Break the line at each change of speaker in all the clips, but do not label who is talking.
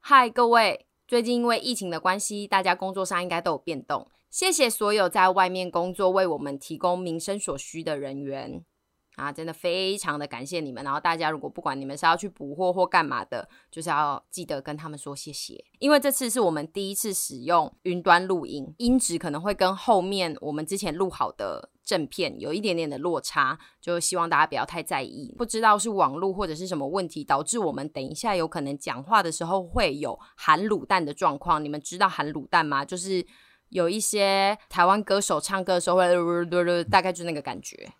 嗨，各位！最近因为疫情的关系，大家工作上应该都有变动。谢谢所有在外面工作为我们提供民生所需的人员啊，真的非常的感谢你们。然后大家如果不管你们是要去补货或干嘛的，就是要记得跟他们说谢谢，因为这次是我们第一次使用云端录音，音质可能会跟后面我们之前录好的正片有一点点的落差，就希望大家不要太在意。不知道是网络或者是什么问题导致我们等一下有可能讲话的时候会有含卤蛋的状况，你们知道含卤蛋吗？就是。有一些台湾歌手唱歌的时候会，大概就是那个感觉，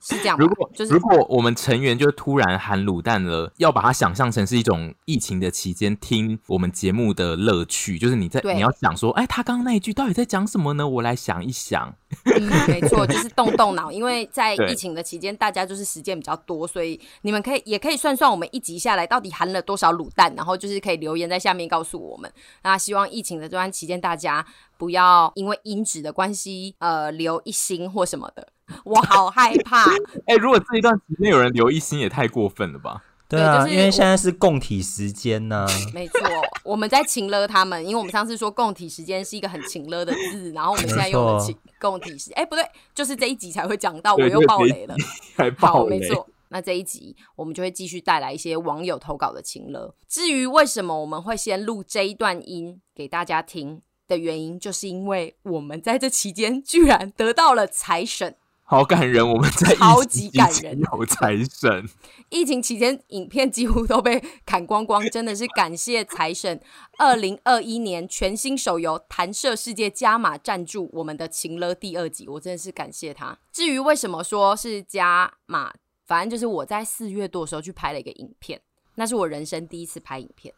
是这样吧
如果
就是
如果我们成员就突然含卤蛋了，要把它想象成是一种疫情的期间听我们节目的乐趣，就是你在
对
你要想说，哎，他刚刚那一句到底在讲什么呢？我来想一想。
嗯，没错，就是动动脑，因 为在
对
疫情的期间，大家就是时间比较多，所以你们可以也可以算算我们一集下来到底含了多少卤蛋，然后就是可以留言在下面告诉我们。那希望疫情的这段期间，大家不要因为音质的关系，呃，留一星或什么的。我好害怕，
哎，如果这一段时间有人留一心，也太过分了吧？
对
对啊，
就是
因为现在是供体时间呢、
没错，我们在情勒他们，因为我们上次说共体时间是一个很情勒的字，然后我们现在用了
没错
情共体时，哎、不对，就是这一集才会讲到，我
对
又
就是
爆
这一
雷了。
还
好，
爆欸
没
雷。
错。那这一集我们就会继续带来一些网友投稿的情了。至于为什么我们会先录这一段音给大家听的原因，就是因为我们在这期间居然得到了财神。
好感人，我们在疫
超
情
级感
期间
人
有财神，
疫情期间，影片几乎都被砍光光，真的是感谢财神。二零二一年全新手游《弹射世界》加码赞助我们的情乐第二集，我真的是感谢他。至于为什么说是加码，反正就是我在四月多的时候去拍了一个影片，那是我人生第一次拍影片。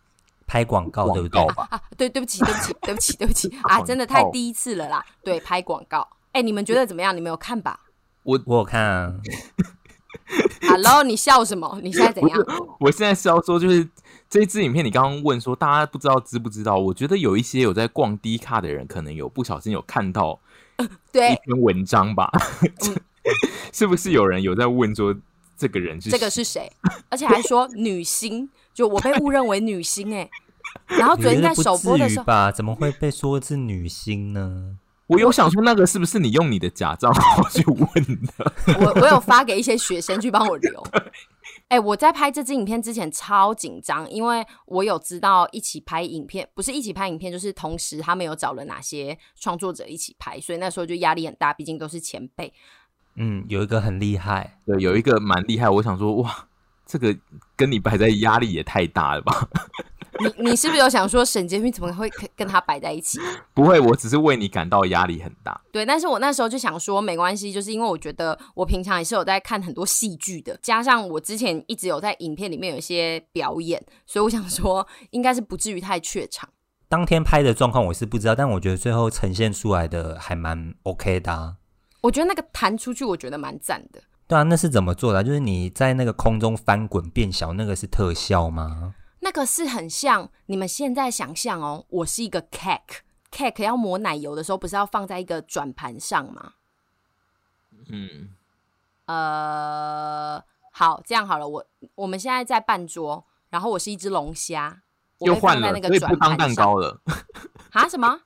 拍广告对不对
广？告吧？
啊，对，对不起，对不起，对不起，对不起啊，真的太第一次了啦。对，拍广告，哎，你们觉得怎么样？你们有看吧
我有看啊，
？Hello，你笑什么？你现在怎样？
我现在是要说，就是这一支影片，你刚刚问说大家不知道知不知道？我觉得有一些有在逛低卡的人，可能有不小心有看到一
对，
篇文章吧， 是不是有人有在问说这个人是
嗯这个是谁？而且还说女星，就我被误认为女星哎、然后
我
昨
觉
天
得
在
不
首播的
至于
时候，
吧？怎么会被说是女星呢？
我有想说那个是不是你用你的假账号去问的？
我我有发给一些学生去帮我留。哎、我在拍这支影片之前超紧张，因为我有知道一起拍影片，不是一起拍影片，就是同时他们有找了哪些创作者一起拍，所以那时候就压力很大，毕竟都是前辈。
嗯，有一个很厉害，
对，有一个蛮厉害，我想说哇，这个跟你摆在压力也太大了吧？
你你是不是有想说沈杰明怎么会跟跟他摆在一起？
不会，我只是为你感到压力很大。
对，但是我那时候就想说，没关系，就是因为我觉得我平常也是有在看很多戏剧的，加上我之前一直有在影片里面有一些表演，所以我想说应该是不至于太怯场。
当天拍的状况我是不知道，但我觉得最后呈现出来的还蛮 OK 的、啊。
我觉得那个弹出去，我觉得蛮赞的。
对啊，那是怎么做的啊、就是你在那个空中翻滚变小，那个是特效吗？
那个是很像你们现在想象哦，我是一个 cake。cake 要抹奶油的时候，不是要放在一个转盘上吗？
嗯，
呃，好，这样好了，我我们现在在半桌，然后我是一只龙虾，我
又
被
换
放在
了
那，
所
个
以不
转
当
盘
蛋
上
糕了。
啊？什么？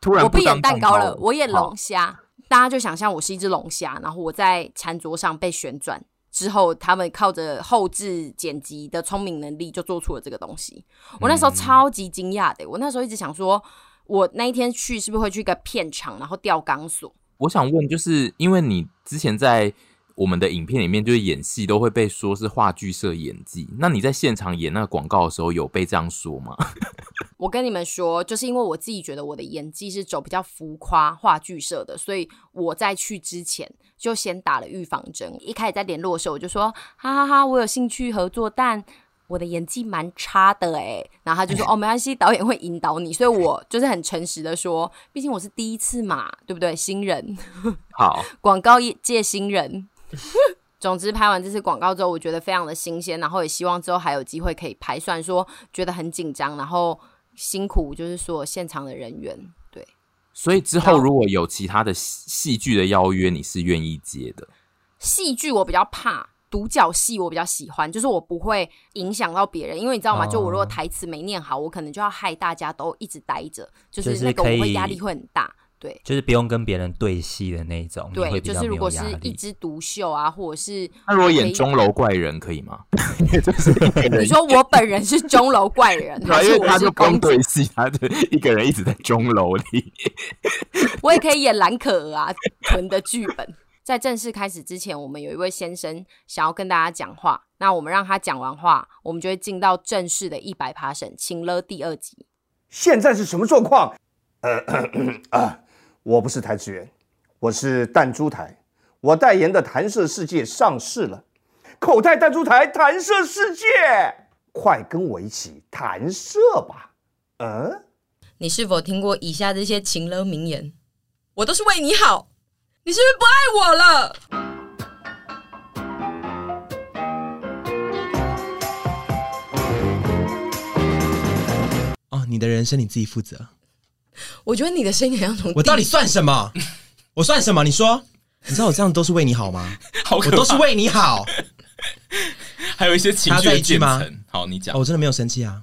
突然
我不演
当
蛋糕
了
了，，我演
好
龙虾。大家就想象我是一只龙虾，然后我在餐桌上被旋转之后，他们靠着后置剪辑的聪明能力就做出了这个东西。我那
嗯
时候超级惊讶的，我那时候一直想说，我那一天去是不是会去一个片场，然后吊钢索？
我想问，就是因为你之前在我们的影片里面，就是演戏都会被说是话剧社演技，那你在现场演那个广告的时候，有被这样说吗？
我跟你们说，就是因为我自己觉得我的演技是走比较浮夸话剧社的，所以我在去之前就先打了预防针。一开始在联络的时候，我就说哈哈哈，我有兴趣合作，但我的演技蛮差的哎、然后他就说哦，没关系，导演会引导你。所以我就是很诚实的说，毕竟我是第一次嘛，对不对？新人，
好，
广告业界新人。 总之，拍完这次广告之后，我觉得非常的新鲜，然后也希望之后还有机会可以拍。虽然说觉得很紧张，然后辛苦，就是说现场的人员。对，
所以之后如果有其他的戏戏剧的邀约，你是愿意接的。
戏剧我比较怕，独角戏我比较喜欢，就是我不会影响到别人，因为你知道吗？
哦
就我如果台词没念好，我可能就要害大家都一直待着，就
就是是
那个我
可
会
以
压力会很大。对
就是不用跟别人对戏的那一种，你
对，
会比
就
较
是
没
如果
有
是
压
一
力。
枝独秀啊，或者是
那如果
可
演
以
钟楼怪人可以吗？ 也就是一个人
你 说我本人是钟楼怪人，
对啊
还
因
是
为
我
他
是
就不用
公主？
对戏，他就一个人一直在钟楼里。
我也可以演蓝可儿啊， 纯的剧本。在正式开始之前，我们有一位先生想要跟大家讲话，那我们让他讲完话，我们就会进到正式的一百趴审请了第二集。
现在是什么状况？呃 咳咳啊，我不是台资源，我是弹珠台，我代言的弹射世界上市了，口袋弹珠台弹射世界，快跟我一起弹射吧！嗯、
你是否听过以下这些情勒名言？我都是为你好，你是不是不爱我了？
哦，你的人生你自己负责。
我觉得你的声音好像从
我到底算什 么？我算什么？你说，你知道我这样都是为你好吗？
好
我
可怕，
都是为你好。
还有一些情
还
绪
要再
的
一句
渐
吗
层。好，你讲
哦，。我真的没有生气啊！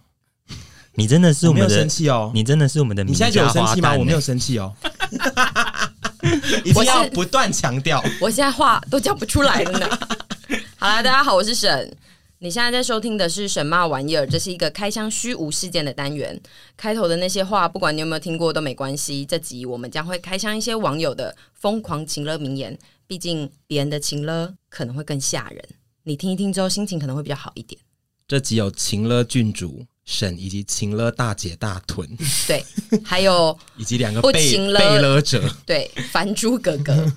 你真的是我
没
们
有
的
生，气哦。
你真的是我们的
你
名
现在
家
觉得我生
花
气吗？
旦
我没有
欸
生气哦。 一定要不断强调，
我现在话都讲不出来了呢。 好啦，大家好，我是沈。你现在在收听的是《沈骂玩意儿》，这是一个开箱虚无事件的单元。开头的那些话，不管你有没有听过都没关系。这集我们将会开箱一些网友的疯狂情勒名言，毕竟别人的情勒可能会更吓人。你听一听之后，心情可能会比较好一点。
这集有情乐郡主沈以及情乐大姐大臀，
对，还有
以及两个
不
被
情勒
被勒者。
对凡珠格格，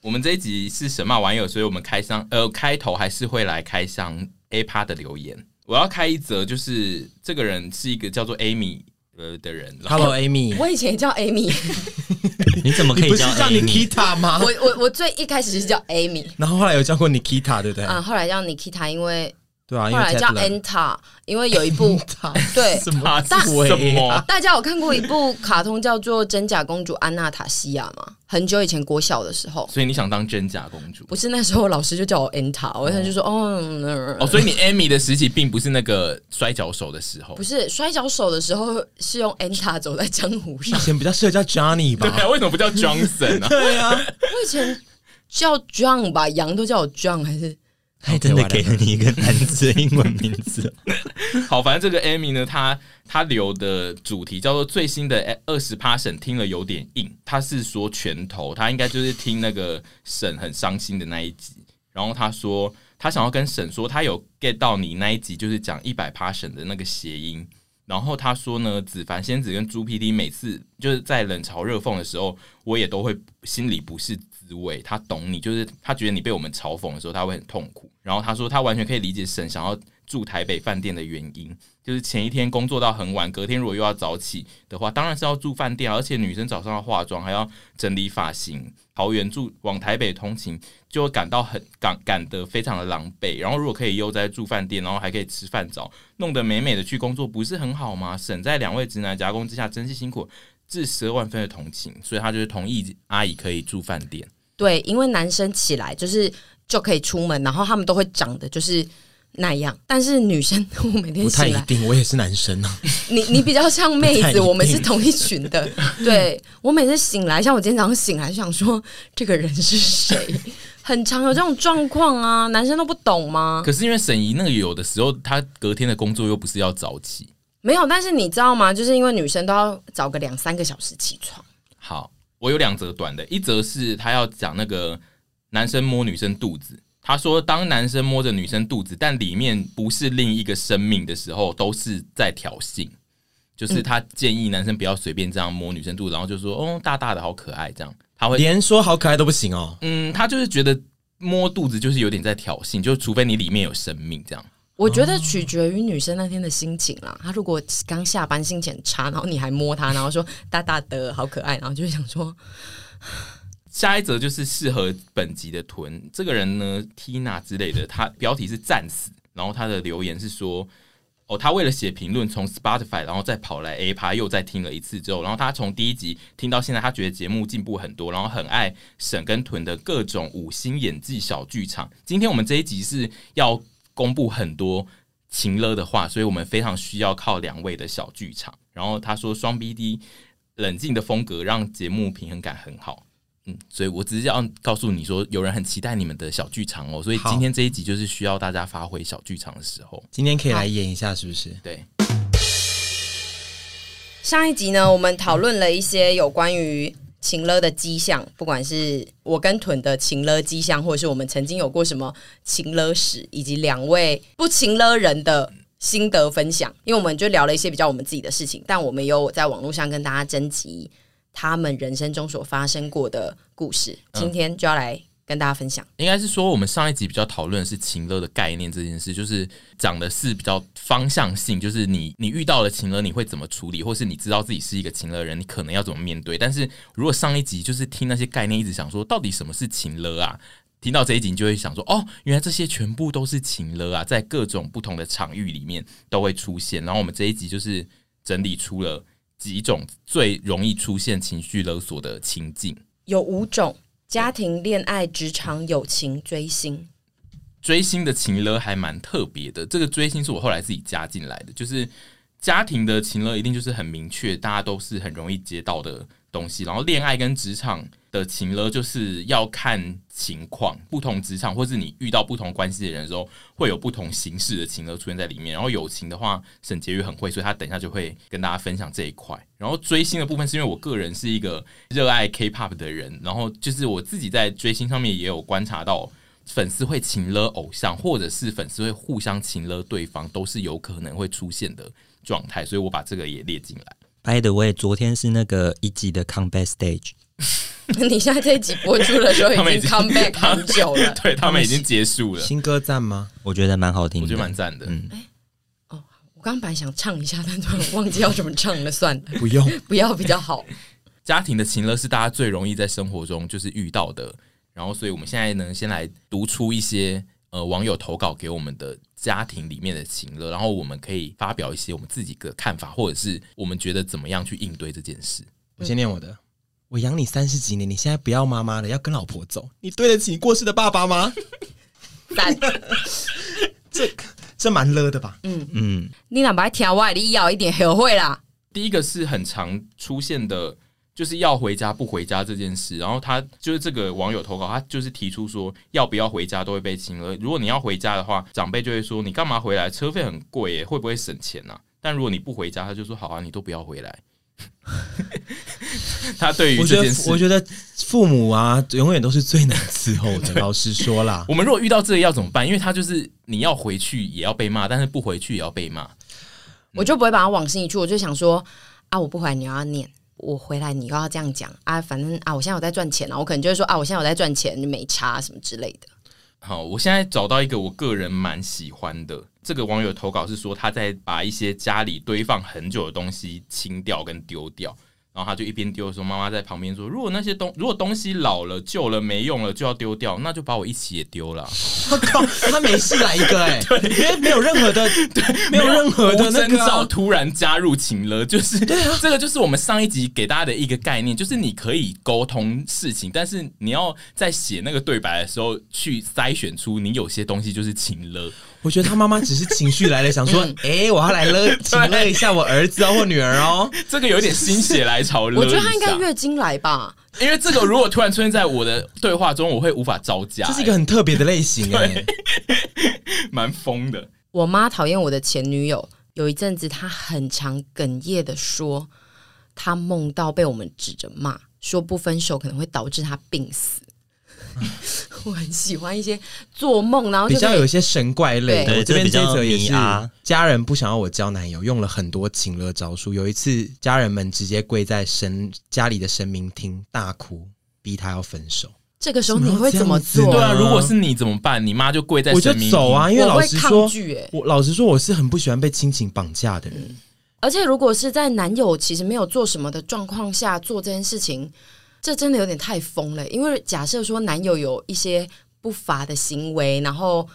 我们这一集是神马玩友，所以我们开箱呃开头还是会来开箱 A 趴的留言。我要开一则，就是这个人是一个叫做 Amy 呃的人，然 后
Hello Amy，
我以前也叫 Amy，
欸你怎么可
你
以
不是
叫
叫
Amy？
Nikita 吗
我？我我最一开始是叫 Amy，
然后后来有叫过 Nikita，对不对？
嗯，后来叫 Nikita，因为
对啊，因
后
为
来叫
Ted Lasso
Anta，因为有一部 对
什么
大
鬼
什
啊
么？
大家有看过一部卡通叫做《真假公主安娜塔西亚》吗？很久以前国小的时候，
所以你想当真假公主
不？是那时候老师就叫我 Anta，我想就说哦，嗯嗯
哦，所以你 Amy 的时期并不是那个摔跤手的时候，
不是摔跤手的时候是用 Anta 走在江湖
以
上，
前比较适合叫 Johnny
对啊，
吧？
为什么不叫 Johnson 啊？
对啊，
我以前叫 John 吧，羊都叫我 John 还是
还真的
啊
给了你一个单字英文名字，
好，反正这个 Amy 呢，她她留的主题叫做最新的呃二十趴沈听了有点硬，她是说拳头，她应该就是听那个沈很伤心的那一集，然后她说她想要跟沈说，她有 get 到你那一集就是讲一百趴沈的那个谐音。然后她说呢，子凡仙子跟朱 PD 每次就是在冷嘲热讽的时候，我也都会心里不是滋味。他懂你，就是他觉得你被我们嘲讽的时候，他会很痛苦。然后他说他完全可以理解沈想要住台北饭店的原因，就是前一天工作到很晚，隔天如果又要早起的话，当然是要住饭店啊，而且女生早上要化妆，还要整理发型。桃园住往台北通勤，就会感到很感感得非常的狼狈。然后如果可以悠哉住饭店，然后还可以吃饭早，弄得美美的去工作，不是很好吗？沈在两位直男夹攻之下，真是辛苦，致十二万分的同情，所以他就是同意阿姨可以住饭店。
对，因为男生起来就是就可以出门，然后他们都会长得就是那样，但是女生我每天
不太
醒
一
来。
定，我也是男生啊。
你你比较像妹
不太一
子，
定
我们是同一群的。对我每次醒来，像我今天早上醒来，就想说这个人是谁，很常有这种状况啊，男生都不懂吗？
可是因为沈怡那个有的时候，她隔天的工作又不是要早起，
没有，但是你知道吗？就是因为女生都要早个两三个小时起床，
好，我有两则短的，一则是他要讲那个男生摸女生肚子。他说，当男生摸着女生肚子，但里面不是另一个生命的时候，都是在挑衅。就是他建议男生不要随便这样摸女生肚子，然后就说：“哦，大大的好可爱。”这样他会
连说好可爱都不行哦。
嗯，他就是觉得摸肚子就是有点在挑衅，就除非你里面有生命这样。
我觉得取决于女生那天的心情啦。她如果刚下班心情很差，然后你还摸她，然后说大大的好可爱，然后就想说
下一则就是适合本集的臀，这个人呢，Tina 之类的，他标题是战死，然后他的留言是说。哦，他为了写评论，从 Spotify 然后再跑来 A 趴，又再听了一次之后，然后他从第一集听到现在，他觉得节目进步很多，然后很爱沈跟屯的各种五星演技小剧场。今天我们这一集是要公布很多情勒的话，所以我们非常需要靠两位的小剧场。然后他说，双 BD 冷静的风格让节目平衡感很好。嗯，所以我只是要告诉你说，有人很期待你们的小剧场哦，所以
好
今天这一集就是需要大家发挥小剧场的时候。
今天可以来演一下，是不是？
对，
上一集呢，我们讨论了一些有关于情勒的迹象，不管是我跟屯的情勒迹象，或者是我们曾经有过什么情勒史，以及两位不情勒人的心得分享。因为我们就聊了一些比较我们自己的事情，但我们也有在网络上跟大家征集他们人生中所发生过的故事，
嗯
今天就要来跟大家分享。
应该是说我们上一集比较讨论的是情勒的概念这件事，就是讲的是比较方向性，就是你你遇到了情勒你会怎么处理，或是你知道自己是一个情勒人，你可能要怎么面对。但是如果上一集就是听那些概念，一直想说到底什么是情勒啊？听到这一集，你就会想说，哦，原来这些全部都是情勒啊，在各种不同的场域里面都会出现。然后我们这一集就是整理出了几种最容易出现情绪勒索的情境。
有五种：家庭、恋爱、职场、友情、追 星。
追星的情勒还蛮特别的，这个追星是我后来自己加进来的，就是家庭的情勒一定就是很明确，大家都是很容易接到的东西。然后恋爱跟职场的情勒就是要看情况，不同职场或是你遇到不同关系的人的时候，会有不同形式的情勒出现在里面。然后友情的话，沈婕妤很会，所以她等一下就会跟大家分享这一块。然后追星的部分是因为我个人是一个热爱 K-pop 的人，然后就是我自己在追星上面也有观察到。粉丝会情勒偶像，或者是粉丝会互相情勒对方，都是有可能会出现的状态，所以我把这个也列进来。
By the way，昨天是那个一季的 comeback stage，
你现在这一集播出的时候
他们
已
已
经
经
come back
他，
很久了
对他们已经结束了，
新歌赞吗？
我觉得蛮好听
我
的，
觉得蛮赞的。
嗯
我刚刚本来想唱一下，但突然忘记要怎么唱了，算了，
不用，
不要比较好。
家庭的情勒是大家最容易在生活中就是遇到的，然后所以我们现在呢，先来读出一些呃网友投稿给我们的家庭里面的情勒，然后我们可以发表一些我们自己的看法，或者是我们觉得怎么样去应对这件事。
我先念我的。我养你三十几年，你现在不要妈妈了，要跟老婆走，你对得起你过世的爸爸 吗？
但
这蛮勒的吧？
嗯，
你哪白听我，你要一点后悔啦。
第一个是很常出现的，就是要回家不回家这件事。然后他就是这个网友投稿，他就是提出说要不要回家都会被亲了。如果你要回家的话，长辈就会说你干嘛回来？车费很贵耶，会不会省钱啊？但如果你不回家，他就说好啊，你都不要回来。 他对于
我觉
这
得
件，事，
我觉得父母啊，永远都是最难伺候 的。老实说啦，
我们如果遇到这个要怎么办？因为他就是你要回去也要被骂，但是不回去也要被骂。
我就不会把它往心里去，我就想说啊，我不回来你又要念，我回来你又要这样讲啊，反正啊，我现在有在赚钱啊，我可能就会说啊，我现在有在赚钱，没差什么之类的。
好，我现在找到一个我个人蛮喜欢的。这个网友投稿是说，他在把一些家里堆放很久的东西清掉跟丢掉，然后他就一边丢的时候，妈妈在旁边说：“如果那些东如果东西老了、旧了、没用了，就要丢掉，那就把我一起也丢了。
我靠，他每事来一个哎、因为没有任 何的，没有任何的那
无征
个
兆
啊、
突然加入情了，就是这个就是我们上一集给大家的一个概念，就是你可以沟通事情，但是你要在写那个对白的时候去筛选出你有些东西就是情了。
我觉得他妈妈只是情绪来了，想
嗯
说，哎、我要来 勒，请勒一下我儿子哦或女儿哦。
这个有点心血来 潮了。
我觉得他应该月经来吧，
因为这个如果突然出现在我的对话中，我会无法招架、哎
这是一个很特别的类型哎、
蛮疯的。
我妈讨厌我的前女友，有一阵子她很常哽咽的说，她梦到被我们指着骂，说不分手可能会导致她病死。 我很喜欢一些做梦，然后
比
就
较
可以
有一些神怪类的。
哦对
我这边
对这比
这一
较
则也
迷
是
啊，
家人不想要我交男友，用了很多情勒招数。有一次，家人们直接跪在神家里的神明厅大哭，逼他要分手。
这个时候你会怎么
怎么
做？
对啊，
要这样子
如果是你怎么办？你妈就跪在
我就
神明
走啊，
厅！
因为
我
老
会
实
抗
说，
拒、欸，
我老实说，我是很不喜欢被亲情绑架的人。
而且如果是在男友其实没有做什么的状况下做这件事情，这真的有点欸太疯了。因为假设说男友有一些不法的行为，然后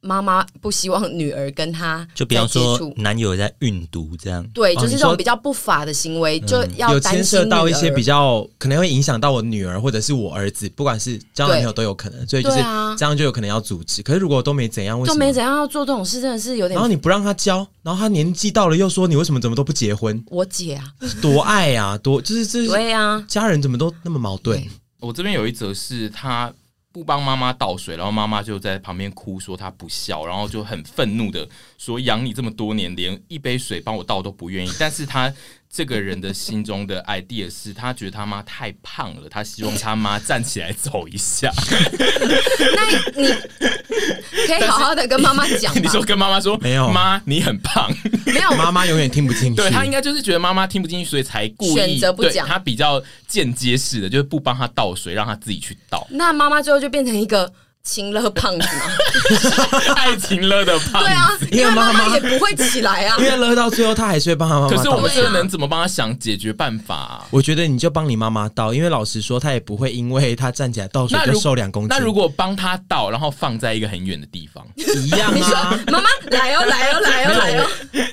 妈妈不希望女儿跟她
就比方
再接
说
触
男友在运毒这样，
对，
哦
就是
你
这种
说嗯
比较不法的行为，就要
有
担
牵
心
涉到
女
一些
儿
比较可能会影响到我女儿或者是我儿子，不管是交男朋友都有可能，所以就是
对啊
这样就有可能要阻止。可是如果都没怎样，为什
就
么
没怎样要做这种事，真的是有点
然后。你不让他交，然后他年纪到了又说你为什么怎么都不结 婚，
我姐啊，
多爱啊，多就是这、就是
对啊，
家人怎么都那么矛盾
对？
我这边有一则是他不帮妈妈倒水，然后妈妈就在旁边哭说他不孝，然后就很愤怒的说养你这么多年，连一杯水帮我倒都不愿意。 但是他这个人的心中的 idea 是他觉得他妈太胖了，他希望他妈站起来走一 下。
那 你可以好好的跟妈妈讲
你
吧
说。跟妈妈说
没有
妈，你很胖。
没有，
妈妈永远听不 进去，
对他应该就是觉得妈妈听不进去，所以才故意
选择不
对
讲。
他比较间接式的，就是不帮他倒水，让他自己去倒
那妈妈最后就变成一个情勒胖子嘛？
爱情勒的胖
对
子。
啊，
因为
因为妈
妈
妈
妈
也不会起来啊
因。为勒到最后他还是会帮他妈妈倒。
可是我们
对啊
这能怎么帮他想解决办法啊、
我觉得你就帮你妈妈倒，因为老实说，她也不会因为她站起来倒水
那
就
如
瘦两公斤。
那如果帮他倒，然后放在一个很远的地 方，
一样
你说
啊，
妈妈来 哦，来哦，来哦，来哦，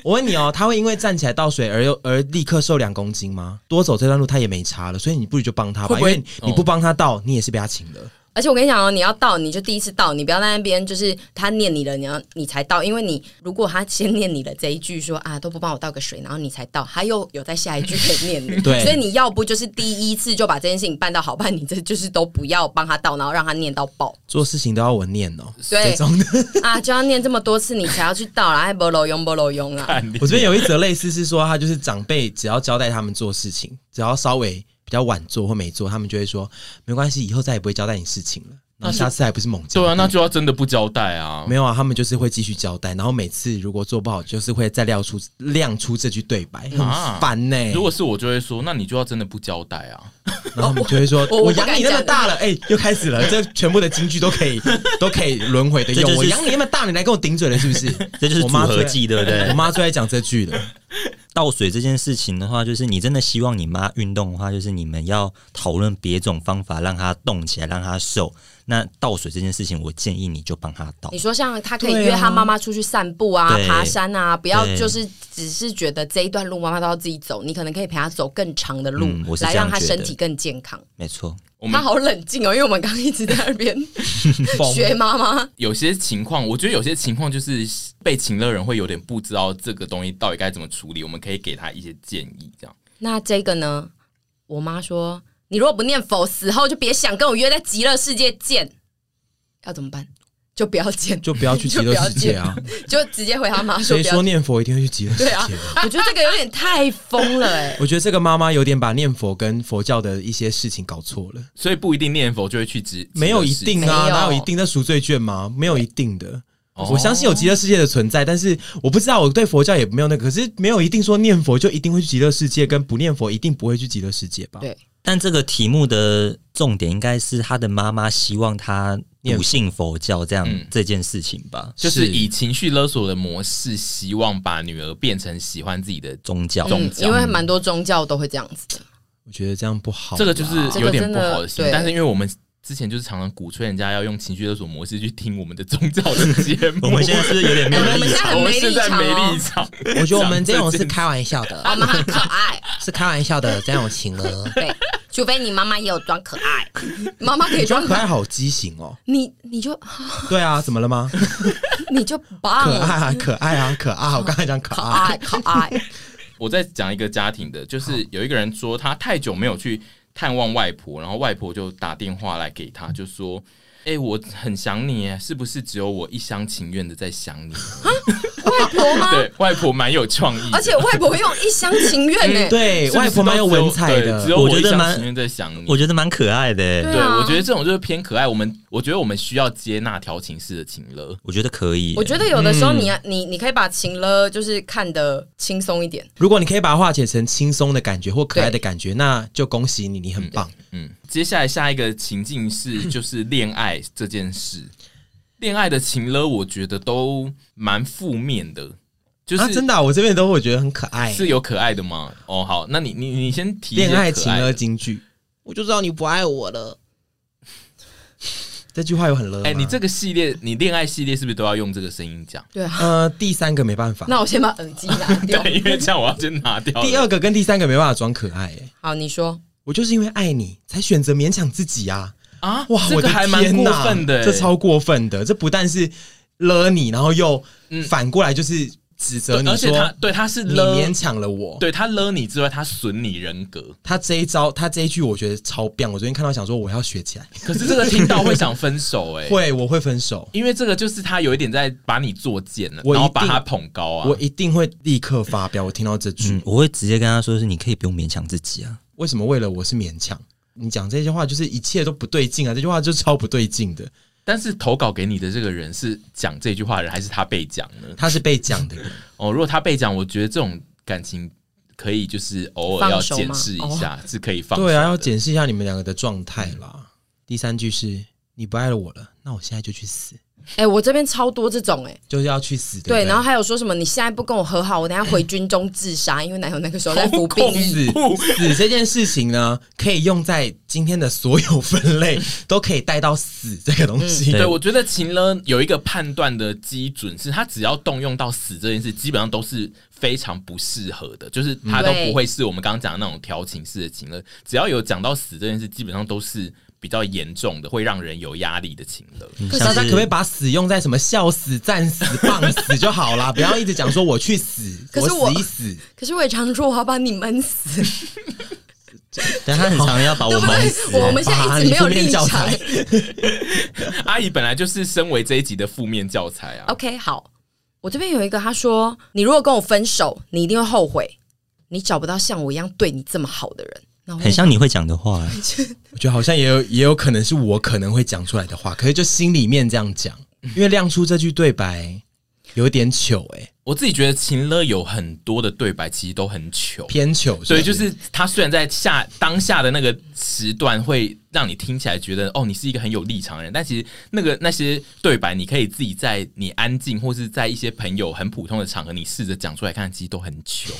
我问你哦，她会因为站起来倒水而又而立刻瘦两公斤吗？多走这段路她也没差了，所以你不如就帮她吧，
会不会
因为你
哦
不帮她倒，你也是被她请了。
而且我跟你讲哦，你要到你就第一次到，你不要在那边就是他念你了，你要你才到，因为你如果他先念你了这一句说啊都不帮我倒个水，然后你才到，他又有在下一句可以念你，
对
所以你要不就是第一次就把这件事情办到好办，你这就是都不要帮他倒，然后让他念到 爆
做事情都要我念哦，
对
这种的。
啊，就要念这么多次你才要去倒啦，哎不漏用不漏用啊，
看你
我这边有一则类似是说，他就是长辈只要交代他们做事情，只要稍微比较晚做或没做，他们就会说没关系，以后再也不会交代你事情了。然后下次还不是猛交代？
对啊，那就要真的不交代啊。
没有啊，他们就是会继续交代，然后每次如果做不好，就是会再亮出亮出这句对白，
啊
很烦欸呢、
如果是我就会说，那你就要真的不交代啊。
然后他们就会说，
哦我我
我
不敢
养你那么大了，哎、又开始了，这全部的金句都可以都可以轮回的
这就
用。
是
我养你那么大，你来跟我顶嘴了是不是？
这就是组
我妈
合
最
技，对不对
我？妈最爱讲这句 了。
倒水这件事情的话，就是你真的希望你妈运动的话，就是你们要讨论别种方法让她动起来，让她瘦。那倒水这件事情，我建议你就帮她倒
你。说像他可以
对啊
约他妈妈出去散步啊、
对
爬山啊，不要
对
就是只是觉得这一段路妈妈都要自己走，你可能可以陪她走更长的路，
嗯我是
来
这样
让她
觉得
身体更健康。
没错，
我们
她好冷静哦，因为我们刚刚一直在那 边学妈妈。
有些情况，我觉得有些情况就是被请的人会有点不知道这个东西到底该怎么处理，我们可以给他一些建议，这样。
那这个呢？我妈说，你如果不念佛，死后就别想跟我约在极乐世界见。要怎么办？就不要见，
就不 要去极乐世界啊！
就直接回她妈说
谁
不要
说。念佛一定会去极乐世
对
界
啊
啊？，
我觉得这个有点太疯了哎、
我觉得这个妈妈有点把念佛跟佛教的一些事情搞错了，
所以不一定念佛就会去执，
没有一定啊，
没有
哪有一定？那赎罪券吗？没有一定的。
哦
我相信有极乐世界的存在，但是我不知道我对佛教也没有那个，可是没有一定说念佛就一定会去极乐世界，跟不念佛一定不会去极乐世界吧？
对
但这个题目的重点应该是她的妈妈希望她笃信佛教这样
嗯
这件事情吧，
就是
是
以情绪勒索的模式，希望把女儿变成喜欢自己的。
宗教。
嗯，因为蛮多宗教都会这样子的。
我觉得这样不好啦。
这个就是有点不好的
这个真
心
的对，
但是因为我们之前就是常常鼓吹人家要用情绪勒索模式去听我们的宗教的节目，
我们现在是不是有点没
我
有
们
立
现在
场？
很
我
没
们现
立
在
场
没立
哦，
场。
啊 我觉得我们这种
讲这
是
件
开玩笑的，
我们很可爱。
是开玩笑的这种情了。
对，除非你妈妈也有装可爱，妈妈可以装
装
可
可爱
爱，
好畸形哦。
你你就
对啊，怎么 了吗？
你就棒
可爱
哦
啊，可爱啊，可爱啊！我刚才讲可
可
爱，
爱可爱，
我再讲一个家庭的，就是有一个人说他太久没有去探望外婆，然后外婆就打电话来给他，就说：“哎、我很想你耶，是不是只有我一厢情愿的在想你
外婆？”吗？
对，外婆蛮有创意的，
而且外婆用一厢情愿欸呢，
嗯对
是不是
外婆蛮有文采
都
的
只有对只。有我
我觉
一
得
厢
蛮
情愿在想你。
我觉得蛮可爱的、欸
对
对，
啊
我觉得这种就是偏可爱。我们我觉得我们需要接纳调情式的情乐，
我觉得可以、欸
我觉得有的时候你要你你可以把情了就是看得轻松一点，
如果你可以把它化解成轻松的感觉或可爱的感觉，那就恭喜你，你很棒。
嗯，接下来下一个情境是就是恋爱这件 事，恋爱的情勒我觉得都蛮负面的，就是、
啊，真的啊、我这边都会觉得很可爱。
是有可爱的吗？哦，好，那你你你先提一些
恋爱
可
情
爱
歌
的
金句，
我就知道你不爱我了。
这句话有很勒吗？
哎、你这个系列，你恋爱系列是不是都要用这个声音讲？
对啊，
呃第三个没办法，
那我先把耳机拿掉。
对，因为这样我要先拿掉了。
第二个跟第三个没办法装可爱、欸，
好，你说，
我就是因为爱你才选择勉强自己啊！
啊，
哇，
这
我
个
的
还蛮
天
过
哪
分的、欸，
这超过分的，这不但是勒你，然后又
嗯
反过来就是指责
对，
你
而且他
说
对他是
你
勒，
勉强了我。
对他勒你之外，他损你人格。
他这一招，他这一句我觉得超棒，我昨天看到想说我要学起来，
可是这个听到会想分 手哎、
会我会分手，
因为这个就是他有一点在把你作贱了，
我一
然后
定
把他捧高啊。
我一定会立刻发飙。我听到这句，
嗯，我会直接跟他说是你可以不用勉强自己啊。
为什么为了我是勉强？你讲这些话就是一切都不对劲啊！这句话就超不对劲的，
但是投稿给你的这个人是讲这句话的人，还是他被讲呢？
他是被 讲的人，
哦，如果他被讲，我觉得这种感情可以就是偶尔要
放手吗哦
检视一 下，是可以放手
对啊，要
的
检视一下你们两个的状态啦。第三句是你不爱了我了，那我现在就去死，
哎、我这边超多这种哎、
就是要去死。
对，
不
然后还有说什么？你现在不跟我和好，我等下回军中自杀，因为男友那个时候在服兵 役。
死死这件事情呢，可以用在今天的所有分类，
嗯
都可以带到死这个东西。
对，
对
我觉得秦乐有一个判断的基准是，他只要动用到死这件事，基本上都是非常不适合的，就是他都不会是我们刚刚讲的那种调情式的情乐。只要有讲到死这件事，基本上都是比较严重的，会让人有压力的情乐。
嗯
大
像
家可不可以
是
把死用在什么笑死、战死、棒死就好啦？不要一直讲说我去死，
可是我
死一死。
可是我也常说我要把你闷死，
但他很常要把
对
我
不
闷死
对？我们现在 一直没有立场。
啊你负面教材
阿姨本来就是身为这一集的负面教材啊，
OK，好，我这边有一个，他说你如果跟我分手，你一定会后悔，你找不到像我一样对你这么好的人。那我
很像你会讲的话、 欸
我觉得好像也有也有可能是我可能会讲出来的话，可是就心里面这样讲，因为亮出这句对白有点糗哎、
我自己觉得秦乐有很多的对白其实都很糗，
偏糗，
所以
不
就是他虽然在下当下的那个时段会让你听起来觉得哦，你是一个很有立场的人，但其实那个那些对白，你可以自己在你安静或是在一些朋友很普通的场合，你试着讲出来看，其实都很糗，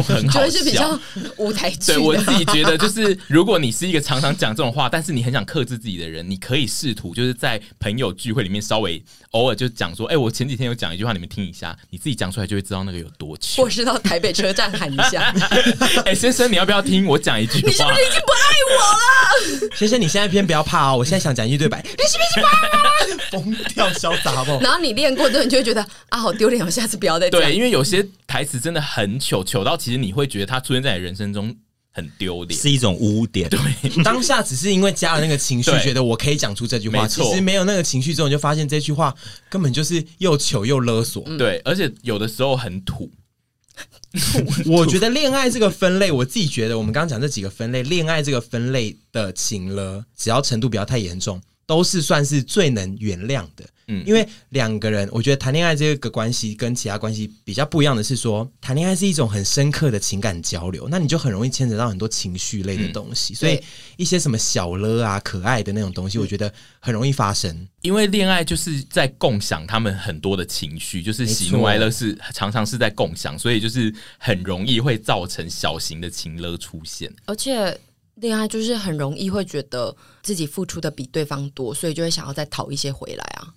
很
觉
好
得是比较
笑。
舞台剧
对
的，
我自己觉得，就是如果你是一个常常讲这种话，但是你很想克制自己的人，你可以试图就是在朋友聚会里面稍微偶尔就讲说，哎、我前几天有讲一句话，你们听一下，你自己讲出来就会知道那个有多糗
或。是到台北车站喊一下，
哎、先生，你要不要听我讲一句话？
你是不是已经不爱我了？
先生你现在偏不要怕哦，我现在想讲一句对白，你
啊
是不是疯掉潇洒不？
然后你练过之后，你就会觉得啊，好丢脸，我下次不要再这
对，
样。
因为有些台词真的很糗，糗到其实你会觉得它出现在你人生中很丢脸。
是一种污点。对，
当下只是因为加了那个情绪
对，
觉得我可以讲出这句话，
没错
其实没有那个情绪之后，你就发现这句话根本就是又糗又勒索。
对，而且有的时候很土。
我觉得恋爱这个分类，我自己觉得我们刚刚讲这几个分类，恋爱这个分类的情了，只要程度不要太严重，都是算是最能原谅的。
嗯
嗯，因为两个人，我觉得谈恋爱这个关系跟其他关系比较不一样的是说，谈恋爱是一种很深刻的情感交流，那你就很容易牵扯到很多情绪类的东西，所以
对
一些什么小了啊、可爱的那种东西，我觉得很容易发生。
因为恋爱就是在共享他们很多的情绪，就是喜怒
没错
哀乐是常常是在共享，所以就是很容易会造成小型的情勒出现。
而且恋爱就是很容易会觉得自己付出的比对方多，所以就会想要再讨一些回来啊。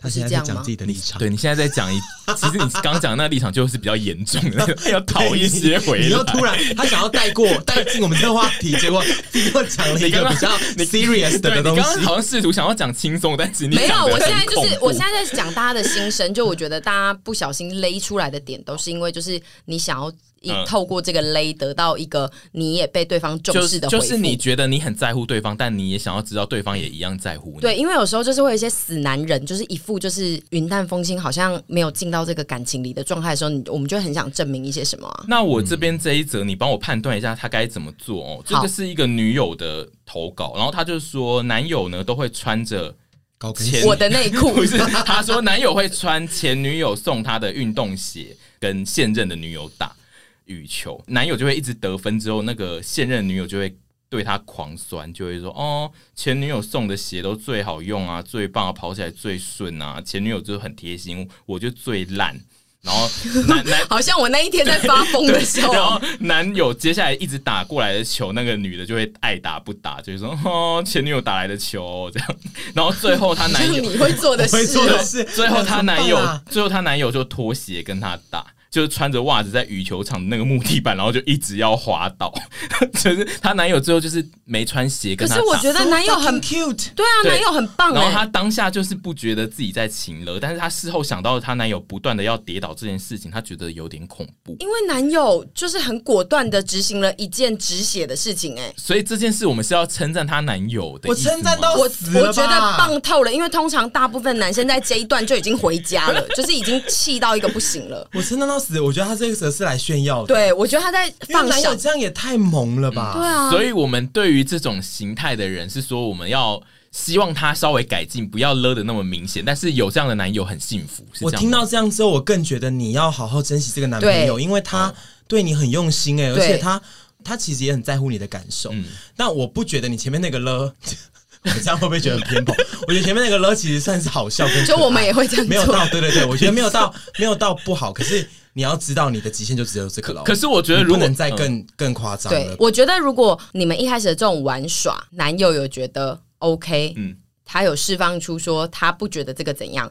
他
是
现在
这
在
样
讲
吗
自己的立场，
对你现在在 讲一，其实你刚讲的那个立场就是比较严重的，那个 要讨一些回来。
你又突然他想要带过带进我们这个话题，结果自己又讲了一
你刚
个
刚
比较
对
serious 的
你刚
东
刚
西。
好像试图想要讲轻松，但是你
没有，
讲得
我现
很
在就是
恐怖
我现在在讲大家的心声，就我觉得大家不小心勒出来的点，都是因为就是你想要一、
嗯
透过这个勒得到一个你也被对方重视的回复。
就是你觉得你很在乎对方，但你也想要知道对方也一样在乎你。
对，因为有时候就是会有一些死男人，就是一副就是云淡风轻，好像没有进到这个感情里的状态的时候，你我们就会很想证明一些什么啊？
那我这边这一则，你帮我判断一下他该怎么做哦。这
好
个是一个女友的投稿，然后她就说男友呢都会穿着
高跟
前
鞋，
我的内裤
哎 不是，她说男友会穿前女友送她的运动鞋，跟现任的女友打羽球，男友就会一直得分之后，那个现任女友就会。对他狂酸，就会说哦，前女友送的鞋都最好用啊，最棒啊，跑起来最顺啊，前女友就是很贴心，我就最烂。然后男男
好像我那一天在发疯的时
然后
候，
男友接下来一直打过来的球，那个女的就会爱打不打，就是说哦前女友打来的球哦这样，然后最后她
就
男
是
友
你会做的
会
事
做
哦
的。事。
最后她男
怎么办
友
啊，
最后她男友就脱鞋跟她打，就是穿着袜子在羽球场的那个木地板，然后就一直要滑倒。 就是她男友最后就是没穿鞋
可
跟她
是
打。
我觉得男友很
cute，
对啊，
对
男友很棒
然后她
哎，
当下就是不觉得自己在情勒，但是她事后想到她男友不断的要跌倒这件事情，她觉得有点恐怖。
因为男友就是很果断的执行了一件止血的事情哎。
所以这件事我们是要称赞她男友的
我
意思吗，
称赞到
我
死
我
了吧
觉得棒透了，因为通常大部分男生在这一段就已经回家 了，就是已经气到一个不行了。
我称赞到死。我觉得他这个时候是来炫耀的，
对，我觉得他在
因为
放
男友
手，
这样也太萌了吧？
对啊，
所以我们对于这种形态的人是说，我们要希望他稍微改进，不要勒的那么明显。但是有这样的男友很幸福，是
我
这样吗
听到这样之后，我更觉得你要好好珍惜这个男朋友，
对哦
因为他对你很用心哎、而且
对
他他其实也很在乎你的感受。
嗯
但我不觉得你前面那个了， 我这样会不会觉得 很偏颇？我觉得前面那个了其实算是好笑跟可爱，
就我们也会这样
没有
做
到，。对对对，我觉得没有到没有到不好，可是你要知道你的极限就只有这个了。
可是我觉得
你
如
不
果
能再
嗯
更、更夸张
对
了，。
我觉得如果你们一开始的这种玩耍，男友有觉得 OK，
嗯
他有释放出说他不觉得这个怎样。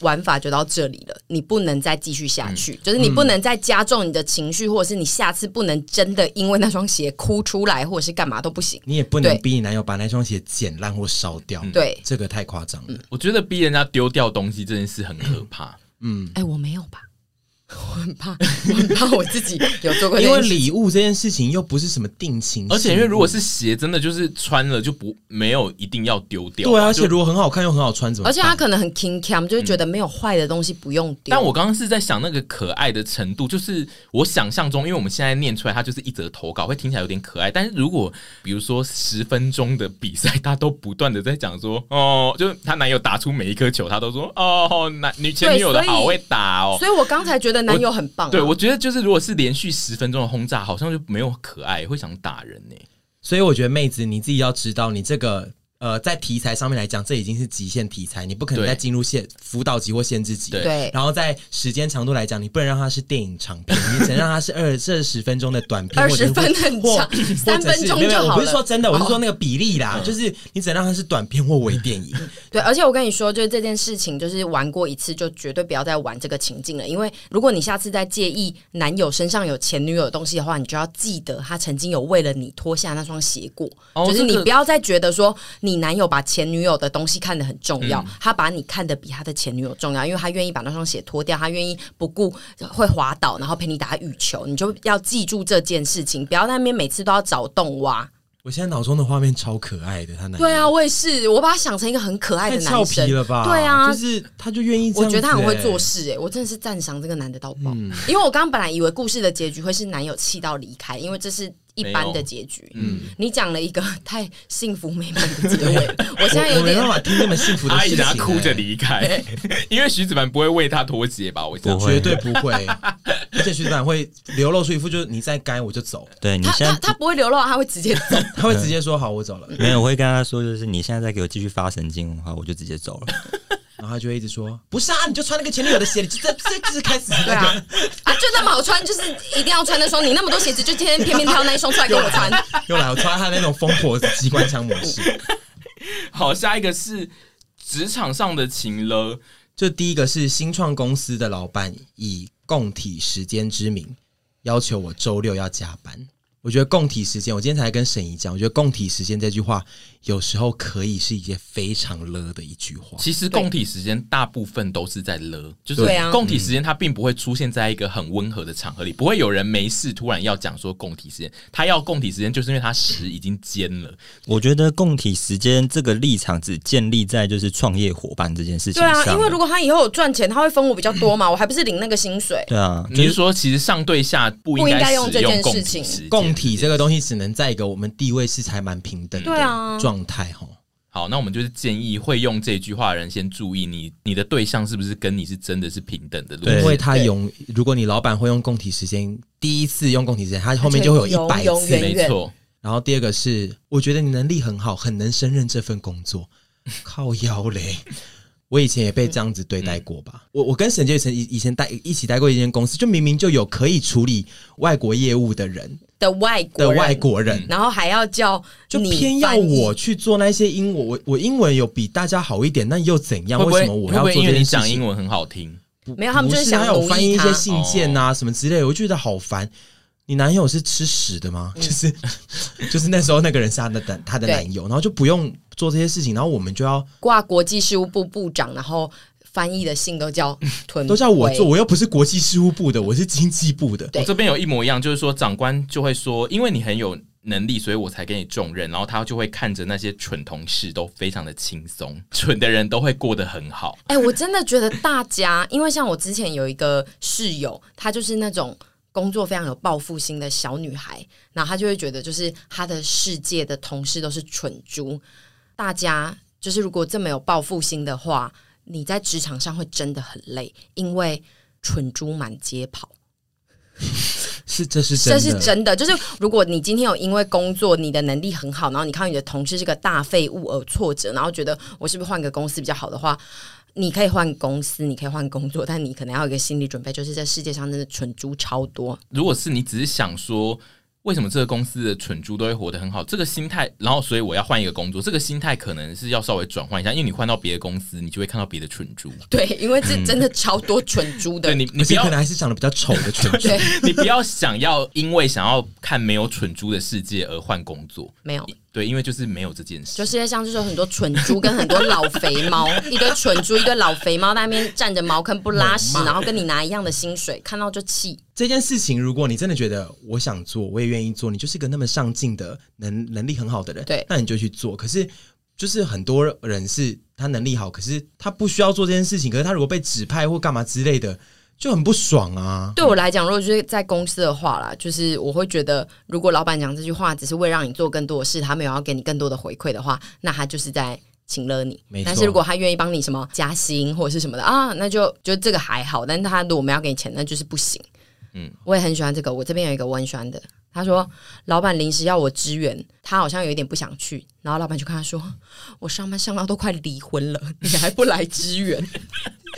玩法就到这里了，你不能再继续下去，
嗯
就是你不能再加重你的情绪，或者是你下次不能真的因为那双鞋哭出来，或者是干嘛都不行。
你也不能
对
逼你男友把那双鞋剪烂或烧掉，
对嗯
这个太夸张了。
我觉得逼人家丢掉东西这件事很可怕。
嗯
嗯
哎、我没有吧？ 我很怕， 我很怕我自己有做过这
因为
件事
礼物这件事情又不是什么定情信物，
而且因为如果是鞋，真的就是穿了就不没有一定要丢掉啊。
对啊，而
就
且如果很好看又很好穿，怎么
而
办？
且他可能很 king cam，就会觉得没有坏的东西不用丢。
嗯但我刚刚是在想那个可爱的程度，就是我想象中，因为我们现在念出来，它就是一则投稿，会听起来有点可爱。但是如果比如说十分钟的比赛，他都不断的在讲说，哦，就是她男友打出每一颗球，他都说，哦，男女前女友的
对所以
好会打哦。
所以我刚才觉得男友很棒、啊
对，我觉得就是如果是连续十分钟的轰炸，好像就没有可爱，会想打人呢、
所以我觉得妹子你自己要知道，你这个呃在题材上面来讲，这已经是极限题材，你不可能
对
再进入限辅导级或限制级。
对
对
然后在时间长度来讲，你不能让它是电影长片，你只能让它是二 这十分钟的短片，
20
或者是
分很
或
长
或者 是
三分钟
没有没有
就好
我不是
了哦
说真的，我是说那个比 例啦，就是你只能让它是短片或微电影。
对，而且我跟你说，就是这件事情，就是玩过一次就绝对不要再玩这个情境了，因为如果你下次再介意男友身上有前女友的东西的话，你就要记得他曾经有为了你脱下那双鞋过，
哦
就是你
这个
不要再觉得说你男友把前女友的东西看得很重
嗯
要，他把你看得比他的前女友重要，因为他愿意把那双鞋脱掉，他愿意不顾会滑倒，然后陪你打羽球，你就要记住这件事情，不要在那边每次都要找洞挖。
我现在脑中的画面超可爱的，他男友
对啊，我也是，我把他想成一个很可爱
太
的
俏
男生
皮了吧？
对啊，
就是他就愿意这
我
样子欸、嗯
觉得他很会做事、欸，我真的是赞赏这个男的到爆。因为我刚刚本来以为故事的结局会是男友气到离开，因为这是一般的结局。嗯，你讲了一个 太幸福美满的 结尾，我现在有
我没
点
办法听那么幸福的
阿姨
事情、
等下
欸，
哭
哎
着离开， 因为徐子凡不会为他脱鞋吧？我想
不会
绝对不 会，而且学长会流露出一副就是你再该我就走，
对你
他
现
他
在
他不会流露，他会直接 走。
他会直接说好我走了，
没有，我会跟他说，就是你现在再给我继续发神经的话，我就直接走了。
然后他就会一直说不是啊，你就穿那个前女友的鞋，你就这这就是开始
对啊，啊，就那么好穿，就是一定要穿那双。你那么多鞋子，就天天偏偏挑那一双出来给我穿。
又来我穿他那种疯婆子机关枪模式。
好，下一个是职场上的情勒，
就第一个是新创公司的老板以供体时间之名要求我周六要加班。我觉得供体时间，我今天才跟沈怡讲，我觉得供体时间这句话有时候可以是一件非常了的一句话。
其实供体时间大部分都是在勒，就是
对啊
供体
嗯
时间它并不会出现在一个很温和的场合里，不会有人没事突然要讲说供体时间，他要供体时间就是因为他时已经尖了，
我觉得共体时间这个立场只建立在就是创业伙伴这件事情
对
上
啊
了。，
因为如果他以后有赚钱，他会分我比较多嘛，我还不是领那个薪水。
对啊，
你
就是
是说其实上对下不
嗯
应
不应该
该
用
使
这件
用供
事
体
情
时间
供体这个东西只能在一个我们地位是还蛮平等
对
的
啊
状态哈。
好，那我们就是建议会用这句话的人先注意你你的对象是不是跟你是真的是平等的路
因
线
为他用，如果你老板会用供体时间，第一次用供体时间，他后面
他
就
就
会有一百
永
次
远。
没错，
然后第二 个是，我觉得你能力很好，很能胜任这份工作，靠腰嘞。我以前也被这样子对待过吧。
嗯
我我跟沈杰以前以前待一起待过一间公司，就明明就有可以处理外国业务的人
的外国
的
人嗯
外，国人，
然后还要叫
就
你
偏要
翻译
我去做那些英文，我我英文有比大家好一点，那又怎样？
会不
为
会
什么我
会
要
不会
做这
因为
件
你
事
讲
情
英？文很好听？
没有，他们
不
就是想
还有
奴
翻译
役
一
他
些。信件
哦
啊、什么之类的，我就觉得好烦。你男友是吃屎的
嗯
吗？就是 就是那时候那个人是他的男他的
对
男友，然后就不用做这些事情，然后我们就要
挂国际事务部部长，然后翻译的信都叫屯，
嗯都叫我做，。我又不是国际事务部的，我是经济部的。
对
我这边有一模一样，就是说长官就会说，因为你很有能力，所以我才给你重任，然后他就会看着那些蠢同事都非常的轻松， 蠢的人都会过得很好。
哎、我真的觉得大家， 因为像我之前有一个室友，她就是那种工作非常有报复心的小女孩，然后她就会觉得，就是她的世界的同事都是蠢猪。大家就是如果这么有报复心的话，你在职场上会真的很累，因为蠢猪满街跑。
是这是真
这
的，
是真的，就是如果你今天有因为工作你的能力很好，然后你看到你的同事是个大废物而挫折，然后觉得我是不是换个公司比较好的话，你可以换公司，你可以换工作，但你可能要有一个心理准备，就是这世界上真的蠢猪超多。
如果是你只是想说，为什么这个公司的蠢猪都会活得很好，这个心态，然后所以我要换一个工作，这个心态可能是要稍微转换一下，因为你换到别的公司，你就会看到别的蠢猪。
对，因为这真的超多蠢猪的。
对你，
而
你不
且
要
可能还是长得比较丑 的蠢猪
对。，
你不要想要因为想要看没有蠢猪的世界而换工作，
没有，
对，因为就是没有这件事。
就世界上就是有很多蠢猪跟很多老肥猫，一堆蠢猪，一堆老肥猫在那边占着茅坑不拉 屎，然后跟你拿一样的薪水，看到就气。
这件事情，如果你真的觉得我想做，我也愿意做，你就是一个那么上进的能能力很好的人，
对
那你就去做。可是就是很多人是他能力好，可是他不需要做这件事情，可是他如果被指派或干嘛之类的，就很不爽啊。
对我来讲，如果就是在公司的话啦，就是我会觉得，如果老板讲这句话只是为让你做更多的事，他没有要给你更多的回馈的话，那他就是在请了你
没。错
但是如果他愿意帮你什么加薪或者是什么的啊，那就就这个还好。但是他如果没有要给你钱，那就是不行。嗯
嗯，
我也很喜欢这个，我这边有一个我很喜欢的。他说，老板临时要我支援，他好像有一点不想去，然后老板就跟他说：“我上班上到都快离婚了， 你还不来支援？”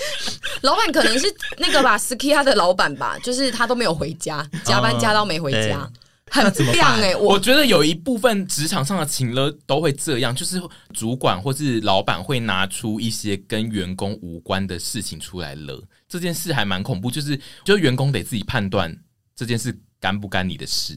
老板可能是那 个吧，Ski 他的老板吧，就是他都没有回家，加班加到没回家，
哦
很亮哎、
我
我
觉得有一部分职场上的情勒都会这样，就是主管或是老板会拿出一些跟员工无关的事情出来勒，这件事还蛮恐怖，就是就是员工得自己判断这件事干不干你的事。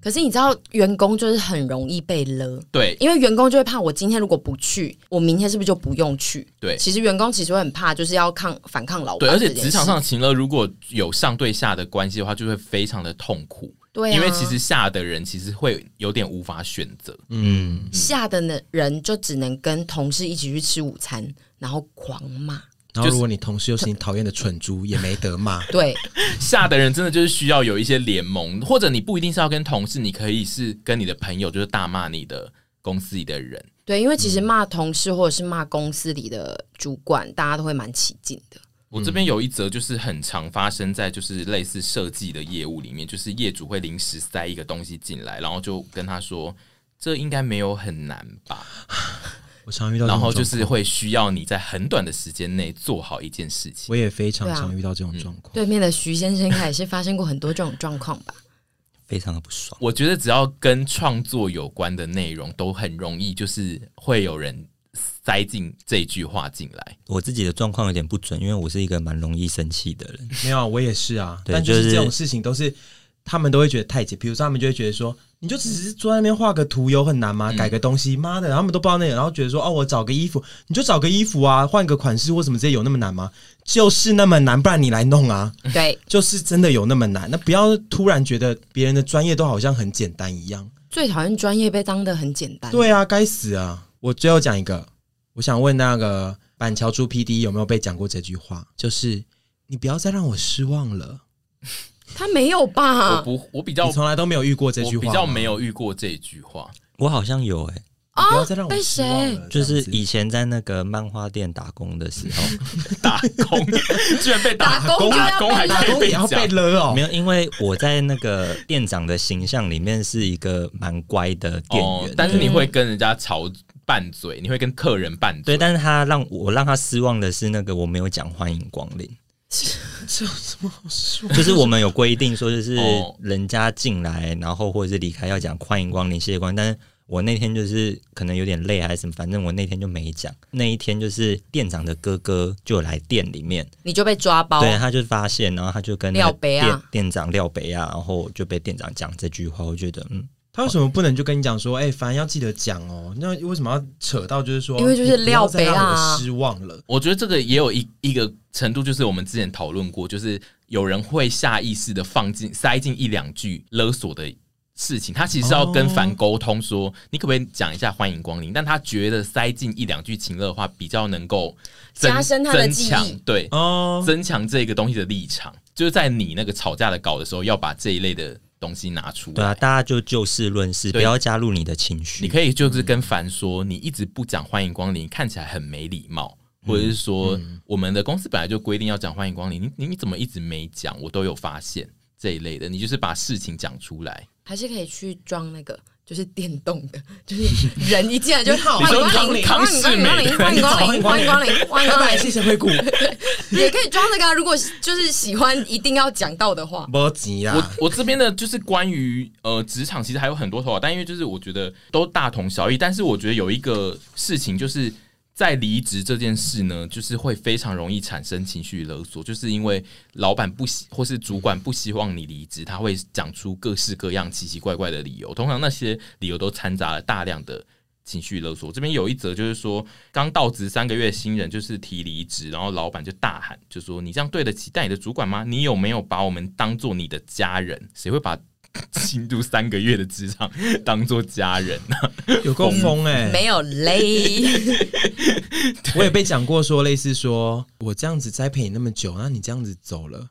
可是你知道，员工就是很容易被勒，
对，
因为员工就会怕我今天如果不去，我明天是不是就不用去？
对
其实员工其实会很怕，就是要抗反抗老板
对，
这
而
件事。
且职场上的情勒如果有上对下的关系的话，就会非常的痛苦，
对、啊，
因为其实下的人其实会有点无法选择。
嗯，
下的呢人就只能跟同事一起去吃午餐，然后狂骂。
然后如果你同事又是你讨厌的蠢猪，也没得骂。
对，
下的人真的就是需要有一些联盟，或者你不一定是要跟同事，你可以是跟你的朋友，就是大骂你的公司里的人。
对，因为其实
嗯
骂同事或者是骂公司里的主管，大家都会蛮起劲的。
我这边有一则就是很常发生在就是类似设计的业务里面，就是业主会临时塞一个东西进来，然后就跟他说。这应该没有很难吧？
我常遇到这
然
种状
后
况，
就是会需要你在很短的时间内做好一件事情。
我也非常
对啊
常遇到这种状况。
对面的徐先生应该也是发生过很多这种状况 吧？
非常的不爽。
我觉得只要跟创作有关的内容，都很容易就是会有人塞进这句话进来。
我自己的状况有点不准，因为我是一个蛮容易生气的人。
没有啊，我也是啊，
对
但就
就是是
这种事情都是他们都会觉得太简，比如说他们就会觉得说，你就只是坐在那边画个图有很难吗？
嗯
改个东西，妈的，他们都不知道那个，然后觉得说，哦，我找个衣服，你就找个衣服啊，换个款式或什么这些有那么难吗？就是那么难，不然你来弄啊，
对，
就是真的有那么难。那不要突然觉得别人的专业都好像很简单一样。
最讨厌专业被当的很简单。，
对啊，该死啊！我最后讲一个，我想问那个板桥猪 P D 有没有被讲过这句话，就是你不要再让我失望了。
他没有吧？
我不，我比较
你从来都没有遇过这句
我
话，
比较没。有遇过这句话。
我好像有哎、
你不要再让我
啊被
失望
谁
了，
就是
这样子
以前在那个漫画店打工的时候，
打工居然被打
打工就要
打工还
打
可以
工也要
讲
被。勒 哦
没。有，因为我在那个店长的形象里面是一个蛮乖的店
哦
员，，
但是你会跟人家吵拌嘴，你会跟客人拌嘴。
对，但是他让我我让他失望的是，那个我没有讲欢迎光临，
这有什么好说？
就是我们有规定说，就是
哦
人家进来，然后或者是离开要讲欢迎光临、谢谢光临，但是。我那天就是可能有点累还是什么，反正我那天就没讲。那一天就是店长的哥哥就来店里面，
你就被抓包。
啊
对，他就发现，然后他就跟那个
哦廖北啊亚
店店长廖北亚，然后就被店长讲这句话，我觉得嗯，
他为什么不能就跟你讲说，哎、反正要记得讲哦？那为什么要扯到就是说，
因为就是
你不要
廖
再让
北亚
我
啊
失望了。
我觉得这个也有一一个程度，就是我们之前讨论过，就是有人会下意识的放进塞进一两句勒索的事情，他其实是要
哦
跟凡沟通说，你可不可以讲一下欢迎光临？但他觉得塞进一两句情乐的话，比较能够增
加深他的记忆
增强对，
哦，
增强这个东西的立场，就是在你那个吵架的稿的时候，要把这一类的东西拿出来。
对啊，大家就就事论事，不
对
要加入你的情绪。
你可以就是跟凡说，你一直不讲欢迎光临，看起来很没礼貌，
嗯
或者是说、我们的公司本来就规定要讲欢迎光临，你你你怎么一直没讲？我都有发现这一类的，你就是把事情讲出来。
还是可以去装那个。就是电动的，就是人一进来就好
你
欢迎
说
光临，
康
欢迎光临，欢迎光临，欢迎光临，欢迎光临，
谢惠顾，
也可以装那个啊。如果就是喜欢一定要讲到的话，
波及啦。
我我这边的就是关于呃职场，其实还有很多头发，啊但因为就是我觉得都大同小异，但是我觉得有一个事情就是。在离职这件事呢，就是会非常容易产生情绪勒索，就是因为老板不希或是主管不希望你离职，他会讲出各式各样奇奇怪怪的理由，通常那些理由都掺杂了大量的情绪勒索。这边有一则就是说，刚到职三个月的新人就是提离职，然后老板就大喊，就说：“你这样对得起带你的主管吗？你有没有把我们当做你的家人？谁会把新入三个月的职场当做家 人呢、
有够疯哎！
嗯
没有嘞，
我也被讲过说，类似说我这样子栽培你那么久，那你这样子走了，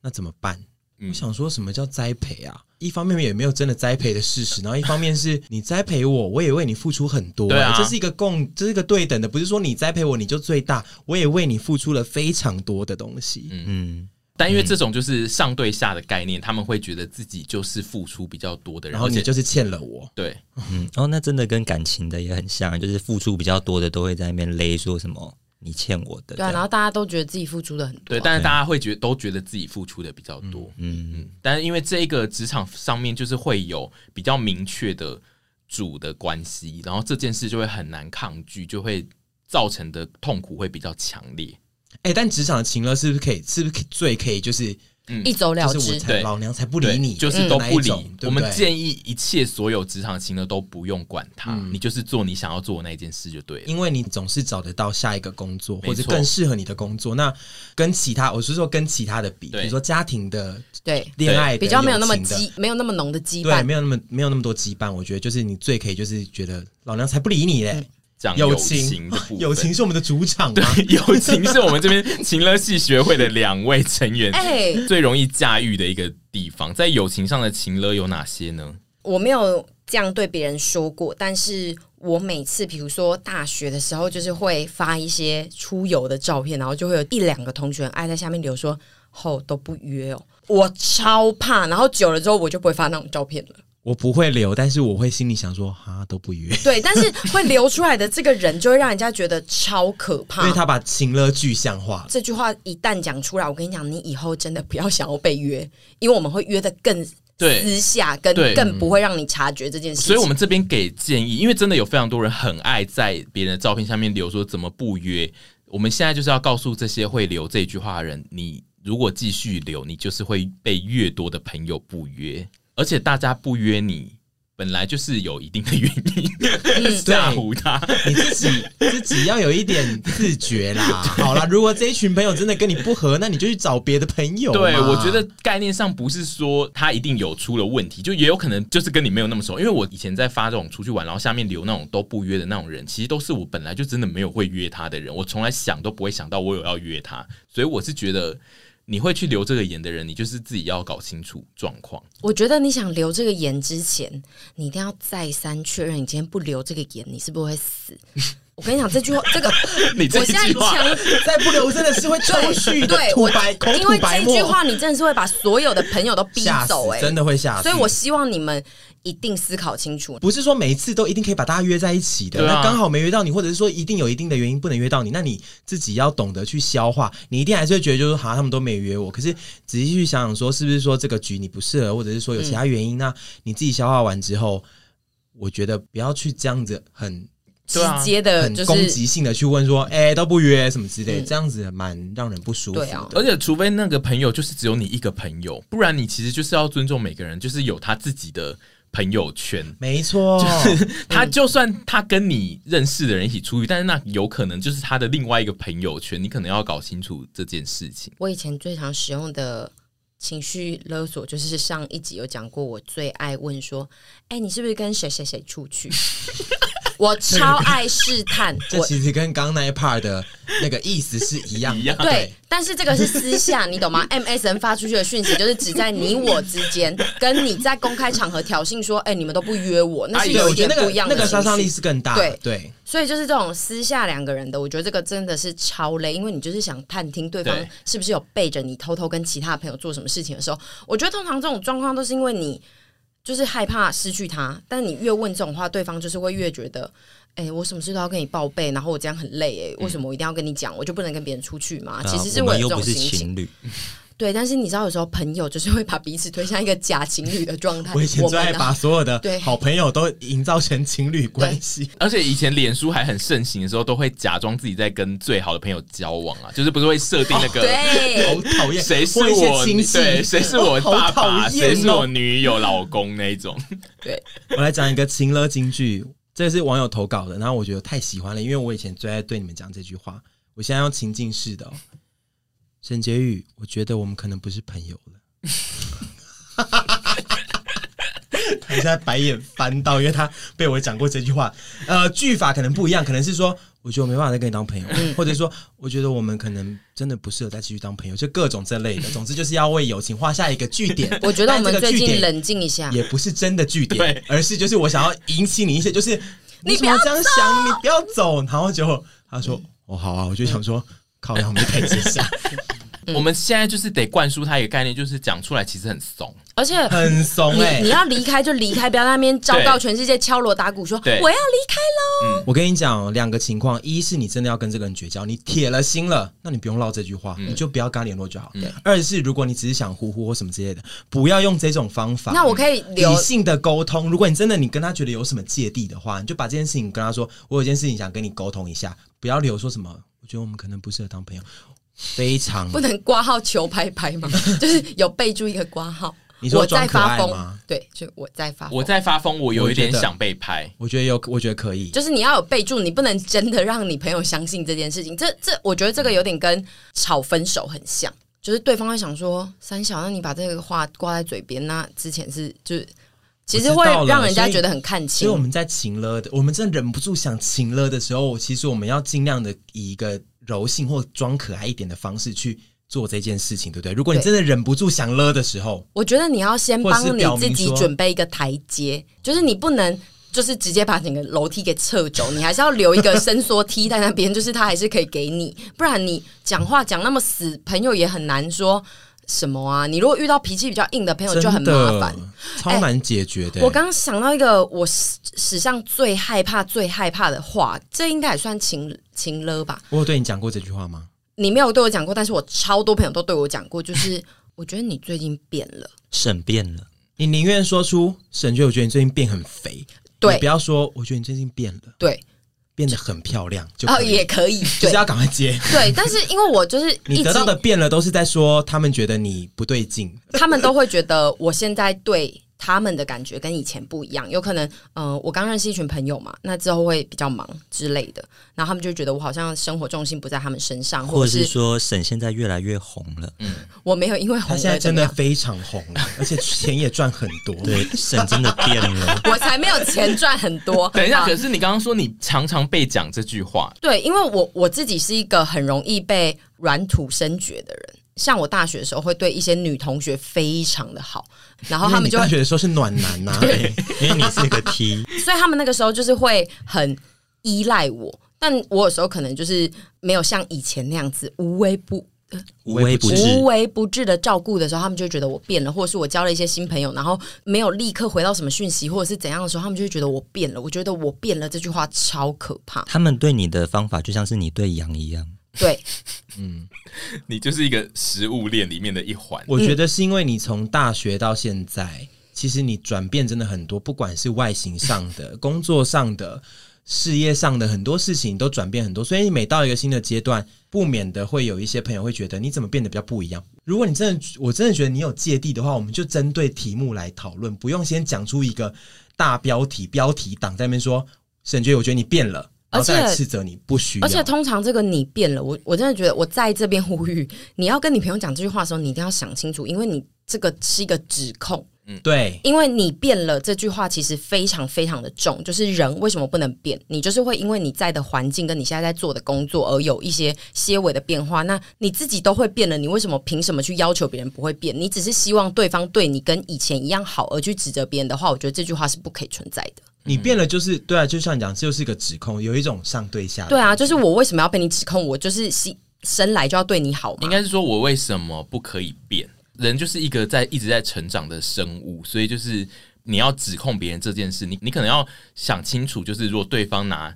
那怎么办？
嗯
我想说什么叫栽培啊？一方面也没有真的栽培的事实，然后一方面是你栽培我，我也为你付出很多、
对啊
这是一个共，这是一个对等的，不是说你栽培我你就最大，我也为你付出了非常多的东西。
嗯
嗯，
但因为这种就是上对下的概念，他们会觉得自己就是付出比较多的人，
然后
而
你
且
就是欠了我，
对
嗯，哦，那真的跟感情的也很像，就是付出比较多的都会在那边勒说什么你欠我的，
对啊，
这
然
样
后大家都觉得自己付出的很多
对，
啊，
但是大家会觉都觉得自己付出的比较多，
嗯，
但是因为这个职场上面就是会有比较明确的主的关系，然后这件事就会很难抗拒，就会造成的痛苦会比较强烈。
哎、但职场的情乐是不是可以？是不是可以最可以就是
一走了
就是我
之。
才
对
老娘才不
不
理你，嗯
就是都
那
不
一
理
种。对
我
不
们
对
建议一切所有职场情的都不用管它，你就是做你想要做的那一件事就对了。
嗯因为你总是找得到下一个工作，
没错
或者更适合你的工作。那跟其他，我是说跟其他的比，比
对
如说家庭的、
对，
恋爱的
比较没有那么
友情的
羁，没有那么浓的羁
对，
绊。
没有那么没有那么多羁绊。我觉得就是你最可以就是觉得老娘才不理你嘞，
嗯讲
友
情的部分，
友情是我们的主场吗？
友情是我们这边情乐系学会的两位成员
哎、
最容易驾驭的一个地方。在友情上的情乐有哪些呢？
我没有这样对别人说过，但是我每次，比如说大学的时候，就是会发一些出游的照片，然后就会有一两个同学爱在下面留说“后都不约哦”，我超怕。然后久了之后，我就不会发那种照片了。
我不会留，但是我会心里想说，哈都 不约，
对，但是会流出来的这个人，就会让人家觉得超可
因为
怕。
他把情乐具象化了。
这句话一旦讲出来，我跟你讲，你以后真的不要想要被约，因为我们会约的更
对
私下，跟
对
更不会让你察觉这件事情。
所以，我们这边给建议，因为真的有非常多人很爱在别人的照片下面留说怎么不约。我们现在就是要告诉这些会留这句话的人，你如果继续留，你就是会被越多的朋友不约，而且大家不约你，本来就是有一定的原因，吓唬他。
你自己 自己要有一点自觉啦。 好啦，如果这一群朋友真的跟你不合，那你就去找别的朋友嘛。
对，我觉得概念上不是说他一定有出了问题，就也有可能就是跟你没有那么熟。因为我以前在发这种出去玩，然后下面留那种都不约的那种人，其实都是我本来就真的没有会约他的人，我从来想都不会想到我有要约他，所以我是觉得你会去留这个言的人，你就是自己要搞清楚状况。
我觉得你想留这个 言之前，你一定要再三确认，你今天不留这个言，你是不是会死？我跟你讲这句话，这个
你这
我现在
句话
强
再不留声的是会抽蓄的
对
吐
我
白口
因
吐
为
白
这句
沫，
话你真的是会把所有的朋友都逼
吓死
走哎、，
真的会吓死。
所以我希望你们一定思考清楚。
不是说每一次都一定可以把大家约在一起的，
对啊
那刚好没约到你，或者是说一定有一定的原因不能约到你，那你自己要懂得去消化，你一定还是会觉得就是哈他们都没约我，可是仔细去想想说是不是说这个局你不适合，或者是说有其他原因，那你自己消化完之后，我觉得不要去这样子很
直
对啊
接的
很
呃就
攻
是
击性的去问说，哎、都不约什么之类，
嗯
这样子蛮让人不舒服的。
对啊
而且，除非那个朋友就是只有你一个朋友，不然你其实就是要尊重每个人，就是有他自己的朋友圈。
没错，
他就算他跟你认识的人一起出去，但是那有可能就是他的另外一个朋友圈，你可能要搞清楚这件事情。
我以前最常使用的情绪勒索，就是上一集有讲过，我最爱问说：“哎、你是不是跟谁谁谁出去？” 我超爱试探，
这
我
其实跟刚刚那一 part 的那个意思是一样的，
一样
对，但是这个是私下，你懂 吗？MSN 发出去的讯息就是只在你我之间，跟你在公开场合挑衅说：“哎、你们都不约我。”那是
哎啊对，
有
我
一
觉
点
得那
不
个
一样
那
的
个杀伤
情
力
绪。
是更大的，对。
所以就是这种私下两个人的，我觉得这个真的是超累，因为你就是想探听对方
对
是不是有背着你偷偷跟其他朋友做什么事情的时候，我觉得通常这种状况都是因为你就是害怕失去他，但你越问这种话，对方就是会越觉得。哎、我什么事都要跟你报备，然后我这样很累哎、为什么我一定要跟你讲？我就不能跟别人出去吗？其实是
啊我
会
们
有
又
这
不
种
是
心情，
情侣，
对。但是你知道，有时候朋友就是会把彼此推向一个假情侣的状态。
我以前最
啊们
爱
呢
把所有的
对
好朋友都营造成情侣关系，
而且以前脸书还很盛行的时候，都会假装自己在跟最好的朋友交往啊，就是不是会设定那
哦
个。
对
好讨厌。
谁是
或一些
我
亲戚
对，谁是我
哦好
爸爸，
讨厌
谁是
哦
我女友、老公那一种。
对，
我来讲一个情勒金句，这是网友投稿的，然后我觉得太喜欢了，因为我以前最爱对你们讲这句话，我现在用情境式的、哦。沈婕妤，我觉得我们可能不是朋友了。他现在白眼翻到，因为他被我讲过这句话。呃，句法可能不一样，可能是说，我觉得我没办法再跟你当朋友，
嗯
或者说，我觉得我们可能真的不适合再继续当朋友，就各种这类的。总之就是要为友情画下一个句点。
我觉得我们
但这个
最
句点
近冷静一下，
也不是真的据点
对，
而是就是我想要引起你一些，就是
你
为什么这样想，你不要走。然后就他说：“哦，好啊。”我就想说，靠，让我们台阶 下，嗯
我们现在就是得灌输他一个概念，就是讲出来其实很怂。
而且
很怂哎、
你你要离开就离开，不要在那边昭告
对
全世界敲锣打鼓说
对
我要离开喽。
我跟你讲，两个情况：一是你真的要跟这个人绝交，你铁了心了，那你不用唠这句话，你就不要跟他联络就好。二是如果你只是想呼呼或什么之类的，不要用这种方法。
那我可以留
理，性的沟通。如果你真的你跟他觉得有什么芥蒂的话，你就把这件事情跟他说，我有件事情想跟你沟通一下，不要留说什么，我觉得我们可能不适合当朋友。非常
不，能挂号求拍拍吗？ 就是有备注一个挂号。
你说
我在
装可
发
爱
疯
吗，
对，就我在发疯
我。在发疯，我有一点
啊我觉得
想被拍。
我觉得有，我觉得可以。
就是你要有备注，你不能真的让你朋友相信这件事情。这这，我觉得这个有点跟吵分手很像，就是对方会想说三小，那你把这个话挂在嘴边，那之前是就是其实
我
会
知道了
让人家
所以
觉得很看
所
清
以我。们在情勒的，我们真的忍不住想情勒的时候，其实我们要尽量的以一个柔性或装可爱一点的方式去做这件事情，对不对？如果你
对
真的忍不住想勒的时候，
我觉得你要先帮
或是
你
表
自
明
己
说
准备一个台阶，就是你不能就是直接把整个楼梯给撤走，你还是要留一个伸缩梯 在那边，就是它还是可以给你，不然你讲话讲那么死，朋友也很难说什么啊。你如果遇到脾气比较硬的朋友就很
真
麻烦哎
的。超难解决的、
我刚刚想到一个我史史上最害怕、最害怕的话，这应该也算情情勒吧？
我有对你讲过这句话吗？
你没有对我讲过，但是我超多朋友都对我讲过，就是 我觉得你最近变了。
省变了。
你宁愿说出“沈觉，我觉得你最近变很肥”，
对
你不要说“我觉得你最近变了，
对，
变得很漂亮”就
哦，
可以，
也可以，
就
对
是要赶快 接。
对，但是因为我就是
你
一直
得到的变了，都是在说他们觉得你不对劲，
他们都会觉得我现在对他们的感觉跟以前不一样，有可能，嗯、我刚认识一群朋友嘛，那之后会比较忙之类的，然后他们就觉得我好像生活重心不在他们身上，
或
或
者
者
是
是
说，沈现在越来越红了。
我没有因为
他
红
现在
而怎
真
么
的
样，。
非常红了，而且钱也赚很多。
对，沈真的变了
我才没有钱赚很 多。
等一下，
啊
好
可是你刚刚说你常常被讲这句话，
对，因为我我自己是一个很容易被软土生绝的人。像我大学的时候，会对一些女同学非常的好，然后
因
他
为
们
你
就会
大学的时候是暖男呐、啊，
因为你是个 T，
所以他们那个时候就是会很依赖我。但我有时候可能就是没有像以前那样子无微不
无微不至。
无微不至的照顾的时候，他们就会觉得我变了，或者是我交了一些新朋友，然后没有立刻回到什么讯息，或者是怎样的时候，他们就会觉得我变了。我觉得我变了这句话超可怕。
他们对你的方法就像是你对羊一样，
对，
你就是一个食物链里面的一环。
我
嗯
觉得是因为你从大学到现在，其实你转变真的很多，不管是外形上 的、工作上的、事业上的很多事情都转变很多，所以每到一个新的阶段，不免的会有一些朋友会觉得你怎么变得比较不一样。如果你真的，我真的觉得你有芥蒂的话，我们就针对题目来讨论，不用先讲出一个大标题，标题党在那边说沈觉，我觉得你变了，然后再来
而且
斥责你，不需要。
而且通常这个你变了，我我真的觉得我在这边呼吁，你要跟你朋友讲这句话的时候，你一定要想清楚，因为你这个是一个指控。
对，
因为你变了这句话其实非常非常的重，就是人为什么不能变？你就是会因为你在的环境跟你现在在做的工作而有一些些微的变化，那你自己都会变了，你为什么凭什么去要求别人不会变？你只是希望对方对你跟以前一样好而去指责别人的话，我觉得这句话是不可以存在的。
你变了就是对啊，就像你讲，这就是一个指控，有一种上对下的
对啊，就是我为什么要被你指控？我就是生生来就要对你好嘛
应？该是说我为什么不可以变？人就是一个在一直在成长的生物，所以就是你要指控别人这件事，你你可能要想清楚，就是如果对方拿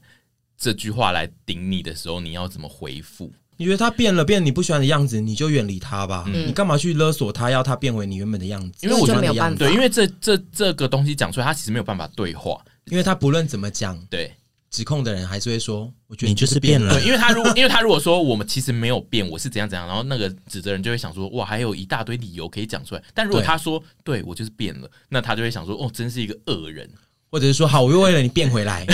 这句话来顶你的时候，你要怎么回复？
你觉得他变了，变你不喜欢的样子，你就远离他吧。你干嘛去勒索他，要他变回你原本的样子？
因为我
喜
觉得
欢的
没有办
样子
法
对，因为这这这个东西讲出来，他其实没有办法对话。
因为他不论怎么讲，
对
指控的人还是会说，我觉得
你就是变了
对，。因为他如果因为他如果说我们其实没有变，我是怎样怎样，然后那个指责人就会想说，哇，还有一大堆理由可以讲出来。但如果
对
他说对我就是变了，那他就会想说，哦，真是一个恶人。
或者是说好，我又为了你变回来，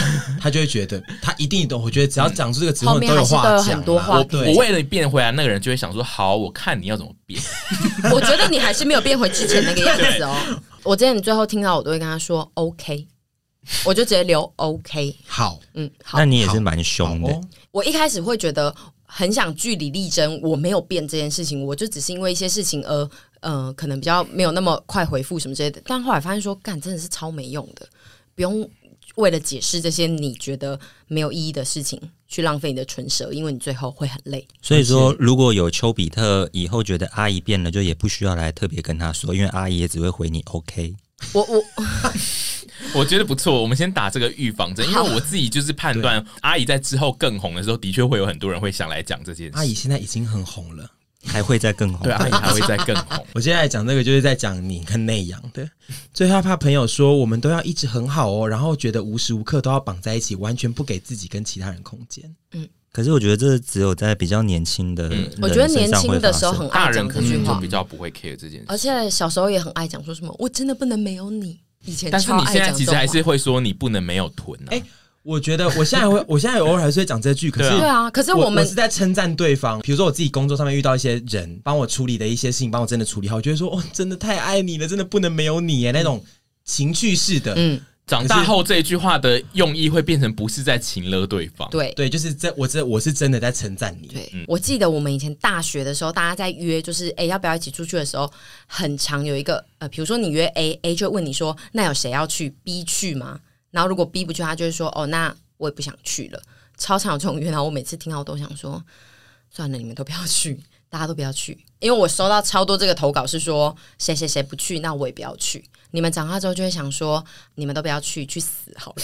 他就会觉得他一定懂。我觉得只要讲出这个指控，
后面
都有
还是
话
都有
讲啦，
很多话
我
可以
对
哦我为了你变回来，那个人就会想说：好，我看你要怎么变。
我觉得你还是没有变回之前那个样子 哦。我之前最后听到，我都会跟他说 OK，我就直接留 OK。
好
嗯，好
那。你也是蛮凶的
好，哦
我一开始会觉得很想据理力争，我没有变这件事情，我就只是因为一些事情而呃，可能比较没有那么快回复什么之类的。但后来发现说，干真的是超没用的，不用为了解释这些你觉得没有意义的事情去浪费你的唇舌，因为你最后会很累。
嗯
所以说如果有丘比特以后觉得阿姨变了，就也不需要来特别跟他说，因为阿姨也只会回你 OK。
我我
我觉得不错，我们先打这个预防针，因为我自己就是判断阿姨在之后更红的时候，的确会有很多人会想来讲这件事。
阿姨现在已经很红了。。
还会再更红。
对阿姨啊还会再更红
我接下来讲这个就是在讲你跟内养的，最害怕朋友说我们都要一直很好哦，然后觉得无时无刻都要绑在一起，完全不给自己跟其他人空间。
可是我觉得这只有在比较年轻的人身上
嗯我
会发
觉
生，
得年轻的时候很
大
爱
人
讲
可
这句
能就
话
比，较不会 care 这件事，
而且小时候也很爱讲说什么“我真的不能没有你”。以前
但是
超
你
爱
现在
讲
其
这种
实还
话
是会说你不能没有臀啊。
哎我觉得我现在 会，我现在偶尔还是会讲这句，可是
对
对啊，可是
我
们
是在称赞对方，比如说我自己工作上面遇到一些人帮我处理的一些事情，帮我真的处理好，我就会说哦，真的太爱你了，真的不能没有你耶那种情绪式的，
嗯，
长大后这一句话的用意会变成不是在情勒对方，
对
对，就是这我这我是真的在称赞你，
对，我记得我们以前大学的时候，大家在约就是哎、诶要不要一起出去的时候，很常有一个呃，比如说你约 A，A 就会问你说那有谁要去 B 去吗？然后如果 B 不去，他就会说哦那我也不想去了，超常有这种约。然后我每次听到我都想说算了，你们都不要去， 大家都不要去，因为我收到超多这个投稿是说谁谁谁不去，那我也不要去。你们长大之后就会想说，你们都不要去，去死好了。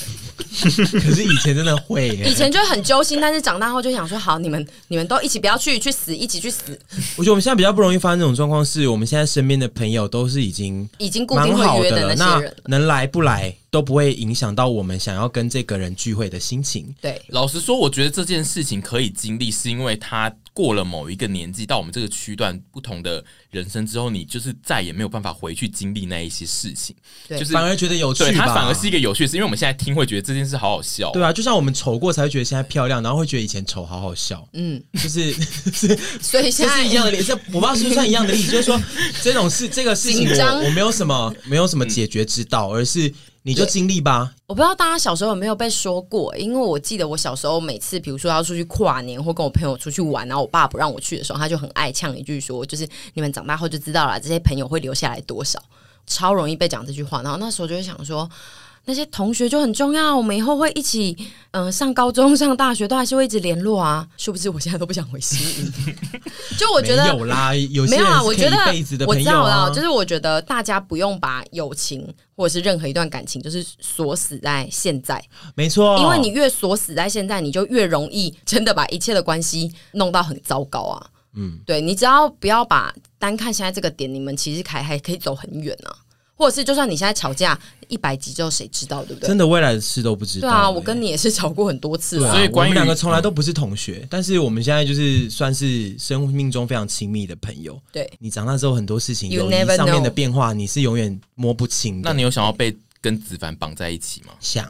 可是以前真的会耶，
以前就很揪心，但是长大后就想说，好，你们你们都一起不要去，去死，一起去死，
我觉得我们现在比较不容易发生这种状况，是我们现在身边的朋友都是已经
已经固
蛮
定
好
会约
的了，
那些人。
那能来不来都不会影响到我们想要跟这个人聚会的心情。
对，
老实说，我觉得这件事情可以经历，是因为他过了某一个年纪，到我们这个区段不同的人生之后，你就是再也没有办法回去经历那一些事情，
对
就是
反而觉得有趣吧
对它反而是一个有趣的事，因为我们现在听会觉得这件事好好笑，哦
对啊，就像我们丑过才会觉得现在漂亮，然后会觉得以前丑好好笑，
嗯，
就是 是
所以现
这
在嗯
是一样的例子，我不知道是不是算一样的例子，就是说这种事这个事情
紧张
我我没有什么没有
嗯
什么解决之道，而是你就经历吧。
我不知道大家小时候有没有被说过，因为我记得我小时候每次，比如说要出去跨年或跟我朋友出去玩，然后我爸不让我去的时候，他就很爱呛一句说，就是你们长大后就知道了，这些朋友会留下来多少，超容易被讲这句话。然后那时候就会想说，那些同学就很重要，我们以后会一起，嗯、上高中、上大学都还是会一直联络啊。殊不知我现在都不想回西营， 就我觉得
没有啦，有些
没
人
有啊，
是
我
可以
觉得
一辈子的
我
朋
知
友
道
啊
啦，就是我觉得大家不用把友情或者是任何一段感情，就是锁死在现在，
没错，
因为你越锁死在现在，你就越容易真的把一切的关系弄到很糟糕啊。
嗯，
对你只要不要把单看现在这个点，你们其实还还可以走很远啊。或者是就算你现在吵架一百集之后，谁知道对不对？
真的未来的事都不知道
对
欸。
啊，我跟你也是吵过很多次
对啊。
了。
所以
我
关于
们两个从来都不是同学，但是我们现在就是算是生命中非常亲密的朋友。
对，
你长大之后很多事情
You
友谊
never
上面的
know
变化，你是永远摸不清的。
那你有想要被跟子凡绑在一起吗？
想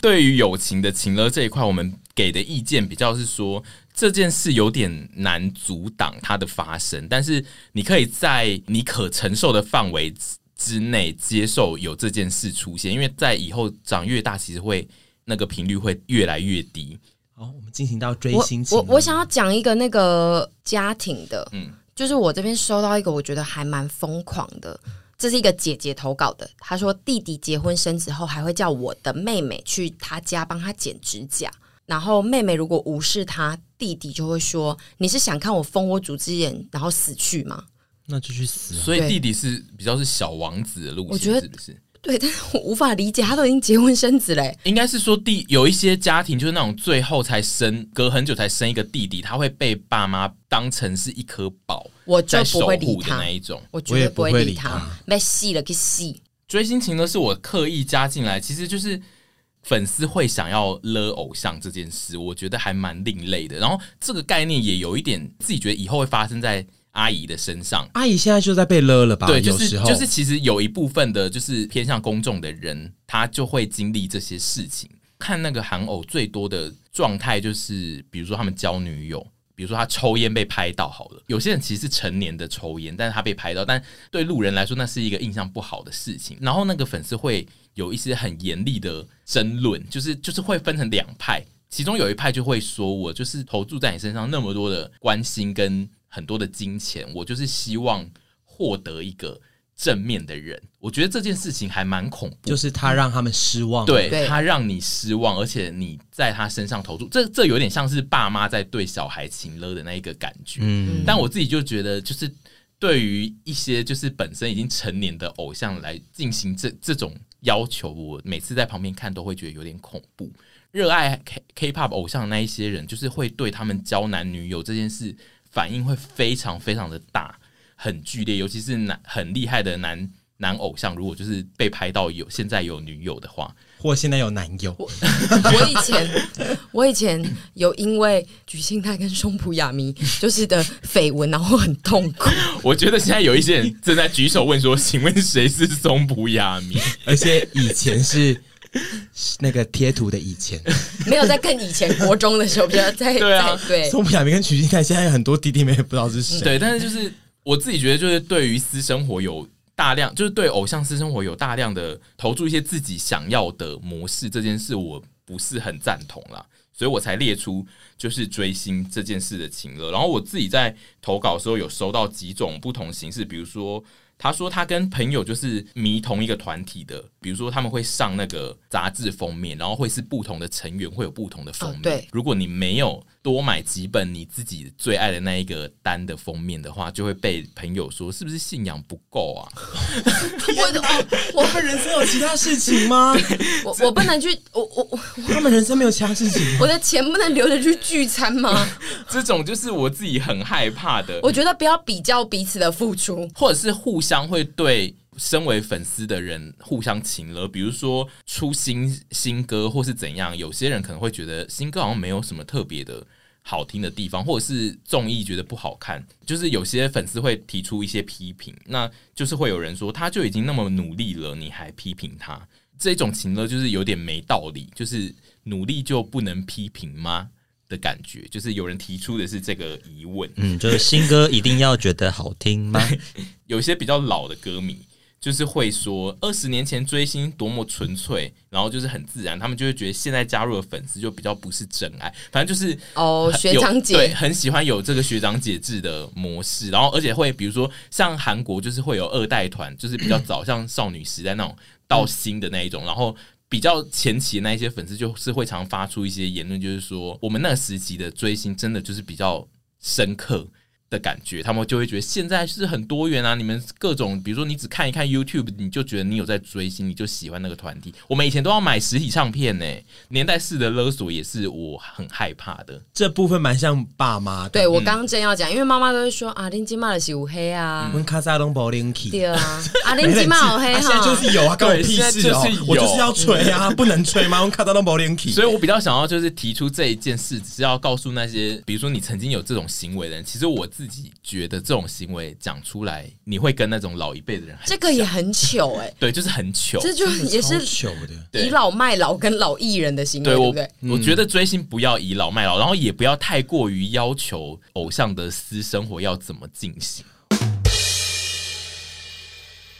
对于友情的情勒这一块，我们给的意见比较是说，这件事有点难阻挡它的发生，但是你可以在你可承受的范围之之内接受有这件事出现，因为在以后长越大，其实会那个频率会越来越低。
好，我们进行到追
我
星情
我
了
我想要讲一个那个家庭的，
嗯
就是我这边收到一个我觉得还蛮疯狂的，这是一个姐姐投稿的，她说弟弟结婚生子后还会叫我的妹妹去她家帮她剪指甲，然后妹妹如果无视她，弟弟就会说你是想看我封我主之眼然后死去吗？
那就去死啊！
所以
对
弟弟是比较是小王子的路
我觉
线，
得
是不是？
对，但是我无法理解，她都已经结婚生子嘞、
应该是说弟有一些家庭就是那种最后才生，隔很久才生一个弟弟，他会被爸妈当成是一颗宝
我就
在
不
守
会理
护的
她
那，一种。
我绝
我也
对
不会
会
理
她
她，
被戏了去戏。
追星情呢是我刻意加进来，其实就是粉丝会想要勒偶像这件事，我觉得还蛮另类的。然后这个概念也有一点自己觉得以后会发生在阿姨的身上。
阿姨现在就在被勒了吧？
对，就
啊有
是
时候
就是，其实有一部分的，就是偏向公众的人，他就会经历这些事情。看那个韩偶最多的状态，就是比如说他们交女友，比如说他抽烟被拍到好了。有些人其实是成年的抽烟，但是他被拍到，但对路人来说那是一个印象不好的事情。然后那个粉丝会有一些很严厉的争论，就是就是会分成两派，其中有一派就会说我就是投注在你身上那么多的关心跟很多的金钱，我就是希望获得一个正面的人。我觉得这件事情还蛮恐怖的
就是他让他们失望。
对
对
他让你失望，而且你在他身上投注，这这有点像是爸妈在对小孩情勒的那一个感觉。
嗯，
但我自己就觉得，就是对于一些就是本身已经成年的偶像来进行这这种要求，我每次在旁边看都会觉得有点恐怖。热爱 K K-pop 偶像的那一些人，就是会对他们交男女友这件事反应会非常非常的大，很剧烈，尤其是男很厉害的男男偶像，如果就是被拍到有现在有女友的话，
或现在有男友，
我以前，我以前有因为举庆泰跟胸脯亚弥就是的绯闻，然后很痛苦。
我觉得现在有一些人正在举手问说：“ 请问谁是松浦亚弥？”
而且以前是是那个贴图的以前，
没有在跟以前国中的时候比较在
对啊
在对
宋亚明跟曲靖泰现在有很多弟弟妹妹不知道是谁。
对，但是就是我自己觉得，就是对于私生活有大量，就是对偶像私生活有大量的投注一些自己想要的模式这件事，我不是很赞同啦，所以我才列出就是追星这件事的情了。然后我自己在投稿的时候有收到几种不同形式，比如说。他说他跟朋友就是迷同一个团体的，比如说他们会上那个杂志封面，然后会是不同的成员会有不同的封面。
哦对
如果你没有多买几本你自己最爱的那一个单的封面的话，就会被朋友说是不是信仰不够啊？
我哦
他们人生有其他事情吗？
我我不能去，我我我
他们人生没有其他事情吗。
我的钱不能留着去聚餐吗？
这种就是我自己很害怕 的，
我觉得不要比较彼此的付出。
或者是互相会对身为粉丝的人互相情了，比如说出新新歌或是怎样，有些人可能会觉得新歌好像没有什么特别的。好听的地方，或者是综艺觉得不好看，就是有些粉丝会提出一些批评，那就是会有人说他就已经那么努力了，你还批评他，这种情了就是有点没道理，就是努力就不能批评吗的感觉，就是有人提出的是这个疑问。
嗯，就是新歌一定要觉得好听吗？
有些比较老的歌迷，就是会说二十年前追星多么纯粹，然后就是很自然，他们就会觉得现在加入的粉丝就比较不是真爱，反正就是
哦，
很
学
有
长
对，
姐，
很喜欢有这个学长姐制的模式，然后而且会比如说像韩国就是会有二代团，就是比较早，像少女时代那种到新的那
嗯
一种，然后。比较前期的那一些粉丝就是会常发出一些言论，就是说我们那个时期的追星真的就是比较深刻的感觉，他们就会觉得现在是很多元啊，你们各种，比如说你只看一看 YouTube，你就觉得你有在追星，你就喜欢那个团体。我们以前都要买实体唱片呢、年代式的勒索也是我很害怕的。
这部分蛮像爸妈的，
对我刚刚正要讲，因为妈妈都会说啊，林金妈的是五黑啊
我，们卡萨隆柏林奇，哎
对啊，啊林金妈有黑
啊现嗯在
哈
就，是有啊，关我
对
屁
现在
事哦
就是有！
我就是要吹啊，不能吹吗？我卡萨隆柏林奇，
所以我比较想要就是提出这一件事，只是要告诉那些，比如说你曾经有这种行为的人，其实我自己觉得这种行为讲出来，你会跟那种老一辈的人很
这个也
像
很糗哎、
对，就是很糗。
这就也
超
是
糗的，
对
倚老卖老跟老艺人的行为，
对
对
我
不对？
我觉得追星不要倚老卖老，然后也不要太过于要求偶像的私生活要怎么进行。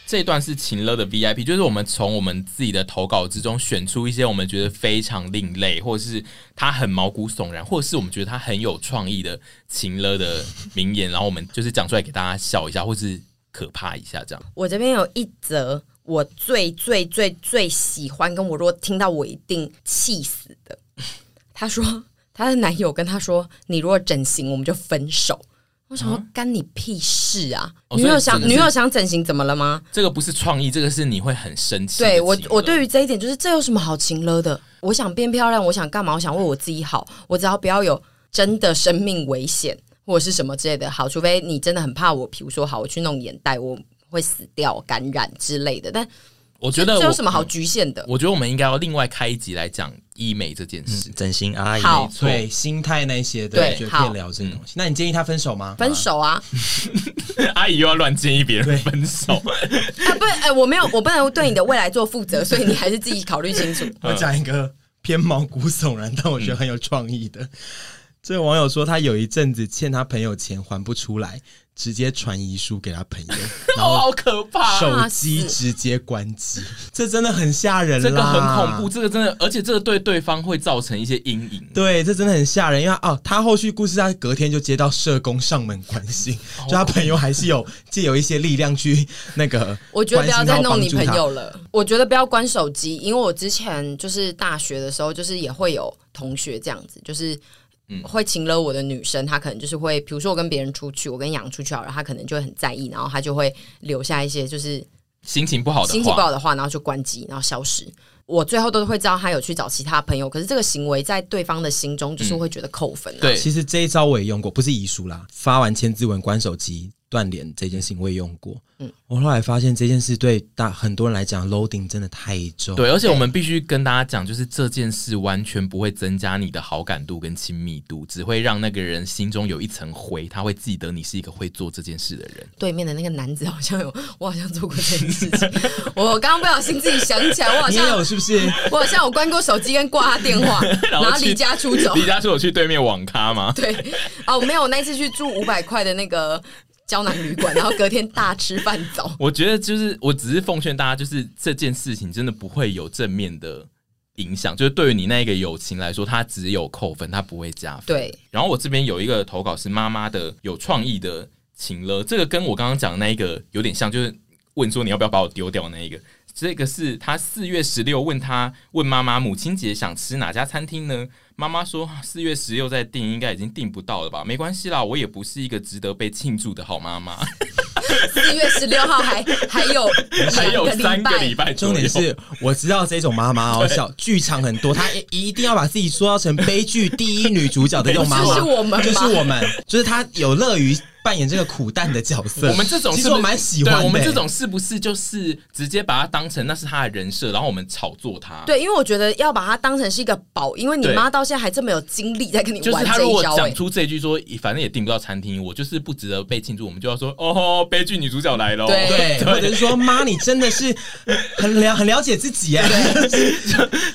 这段是秦乐的 VIP，就是我们从我们自己的投稿之中选出一些我们觉得非常另类，或是他很毛骨悚然，或是我们觉得他很有创意的秦乐的名言，然后我们就是讲出来给大家笑一下，或是可怕一下这样。
我这边有一则我最最最最喜欢，跟我如果听到我一定气死的。她说她的男友跟她说：“你如果整形，我们就分手。”我想说，干你屁事啊！
啊哦
女
所
友
以
想
真的
女
是
友想整形怎么了吗？
这个不是创意，这个是你会很生气的秦
对
乐。
我，我对于这一点就是，这有什么好情了的？我想变漂亮，我想干嘛？我想为我自己好，我只要不要有真的生命危险或者是什么之类的。好，除非你真的很怕我，比如说好，我去弄眼袋，我会死掉、感染之类的。但
我觉得
这有
我
什么好局限的？
我觉得我们应该要另外开一集来讲医美这件事。
整形阿姨，
好，
错
对心态那些的，
对
我觉得
好
可以聊这个东西。那你建议他分手吗？
分手 啊！
阿姨又要乱建议别人分手，
啊，不，哎、我没有，我不能对你的未来做负责，所以你还是自己考虑清 楚。
我讲一个偏毛骨悚然，但我觉得很有创意
嗯
的。这个网友说，他有一阵子欠他朋友钱还不出来，直接传遗书给他朋 友，然
哦，好
后
可怕！
手机直接关机，这真的很吓人 啦，
这个很恐怖，。这个真的，而且这个对对方会造成一些阴影。
对，这真的很吓人，因为他哦，他后续故事，他隔天就接到社工上门关心，
哦
就他朋友还是有借有一些力量去那个，
我觉得不要再弄你朋
了。
友了。我觉得不要关手机，因为我之前就是大学的时候，就是也会有同学这样子，就是
嗯
会请了我的女生，她可能就是会，比如说我跟别人出去，我跟杨出去好了，她可能就会很在意，然后她就会留下一些就是
心情不好的
心情不
话，
好的话，然后就关机，然后消失。我最后都会知道他有去找其他朋友，可是这个行为在对方的心中
嗯
就是会觉得扣分、啊
对，
其实这一招我也用过，不是遗书啦，发完千字文关手机断联这件事情我也用过。嗯，我后来发现这件事对大很多人来讲 loading 真的太重。，
对，而且我们必须跟大家讲，就是这件事完全不会增加你的好感度跟亲密度，只会让那个人心中有一层灰，他会记得你是一个会做这件事的人。
对面的那个男子好像有， 我好像做过这件事情。我刚刚不小心自己想起来，我好
你也有
像
是不是？
我好像有关过手机跟挂他电话，然后
去
离家出 走
李。佳说：“我去对面网咖吗？”
对，哦，没有，我那一次去住五百块的那个胶囊旅馆，然后隔天大吃饭早。
我觉得就是，我只是奉劝大家，就是这件事情真的不会有正面的影响，就是对于你那个友情来说，它只有扣分，它不会加分。
对，
然后我这边有一个投稿是妈妈的有创意的情了，这个跟我刚刚讲的那一个有点像，就是问说你要不要把我丢掉那一个。这个是他四月十六问他问妈妈母亲节想吃哪家餐厅呢？妈妈说四月十六再订应该已经订不到了吧？没关系啦，我也不是一个值得被庆祝的好妈妈，
四月十六号还还有
还有
两
三个
个
礼
礼拜，
拜左
重
右，
点是，我知道这种妈妈哦，小剧场很多，她一一定要把自己塑造成悲剧第一女主角的这种 妈妈，
就是我们吗
就是我们，就是她有乐于扮演这个苦蛋的角色。
我们这种
其
是
实
不
我
是
蛮喜欢的、欸
对我们这种是不是就是直接把它当成那是他的人设，然后我们炒作他？，
对，因为我觉得要把它当成是一个宝，因为你
对
妈到现在还这么有精力在跟你
就是
玩
他
这
如
一
果
招、欸
讲。出这句说，反正也订不到餐厅，我就是不值得被庆祝，我们就要说哦吼，悲剧女主角来喽。
对
对，或者是说妈，你真的是很了很了解自己哎、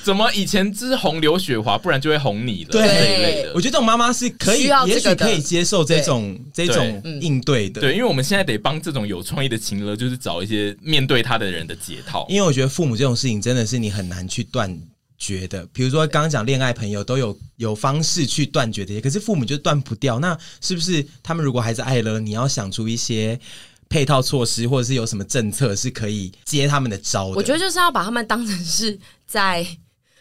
怎么以前之红刘雪华，不然就会红你了
对
这一类
我
的。
觉得这种妈妈是可以
需要，这
也
个的嗯
许可以接受这种这种应对的。
对，，因为我们现在得帮这种有创意的情勒，就是找一些面对他的人的解套。
因为我觉得父母这种事情真的是你很难去断绝的。比如说刚刚讲恋爱朋友都有有方式去断绝这些，可是父母就断不掉。那是不是他们如果还是爱了，你要想出一些？配套措施，或者是有什么政策是可以接他们的招的。
我觉得就是要把他们当成是在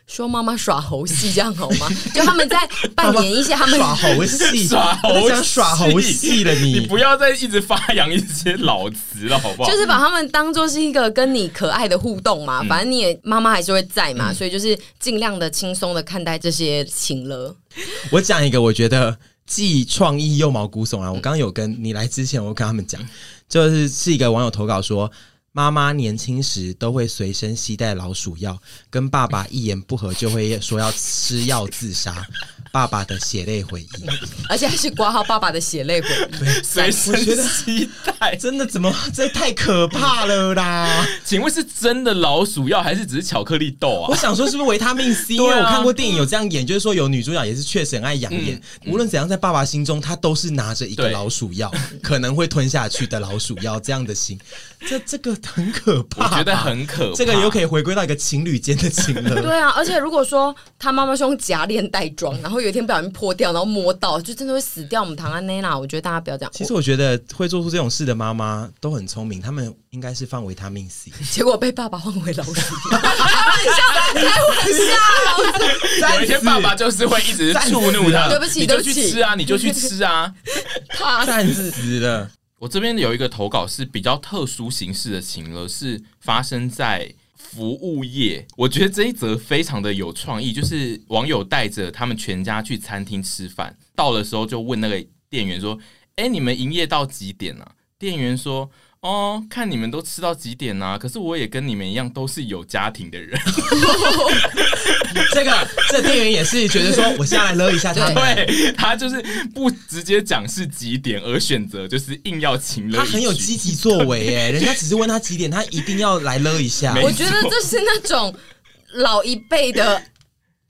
说妈妈耍猴戏这样好吗？就他们在扮演一些他们
耍猴 戏，
耍猴戏
我在讲耍猴戏了你，
你不要再一直发扬一些老词了，好不好？
就是把他们当做是一个跟你可爱的互动嘛，反正你也妈妈还是会在嘛，所以就是尽量的轻松的看待这些情了。
我讲一个，我觉得既创意又毛骨悚然。我刚刚有跟你来之前，我跟他们讲，就是是一个网友投稿说，妈妈年轻时都会随身携带老鼠药，跟爸爸一言不合就会说要吃药自杀，爸爸的血泪回忆。
而且还是挂号爸爸的血泪鬼，
随身
觉得
携带。
真的怎么？这太可怕了啦！
请问是真的老鼠药还是只是巧克力豆
我
啊？
想说是不是维他命 C？、因
对啊
为我看过电影有这样演，就是说有女主角也是确实很爱养眼，无论怎样，在爸爸心中，她都是拿着一
嗯
个
对
老鼠药，可能会吞下去的老鼠药这样的心，这这个很可
我
怕吧，
觉得很可怕。
这个又可
以
以回归到一个情侣间的情 了。
对啊，而且如果说他妈妈是用夹链袋装，然后有一天不小心破掉，然后摸到，就真的会死掉。我们唐安内娜，我觉得大家不要这样。
其实我觉得会做出这种事的妈妈都很聪明，他们应该是放维他命 C，
结果被爸爸换回老 鼠，开玩笑，
有一天爸爸就是会一直触怒 他，
对不起
你就
对
去
不起
吃啊，你就去吃啊。
开玩笑，
战死了。
我这边有一个投稿是比较特殊形式的情了，是发生在服务业。我觉得这一则非常的有创意，就是网友带着他们全家去餐厅吃饭，到的时候就问那个店员说：“哎、你们营业到几点啊？”店员说。哦，看你们都吃到几点啊？可是我也跟你们一样，都是有家庭的人。
这个这店员也是觉得说，我下来勒一下他们，
对他就是不直接讲是几点，而选择就是硬要请了。
他很有积极作为哎，人家只是问他几点，他一定要来勒一下。
没
我觉得这是那种老一辈的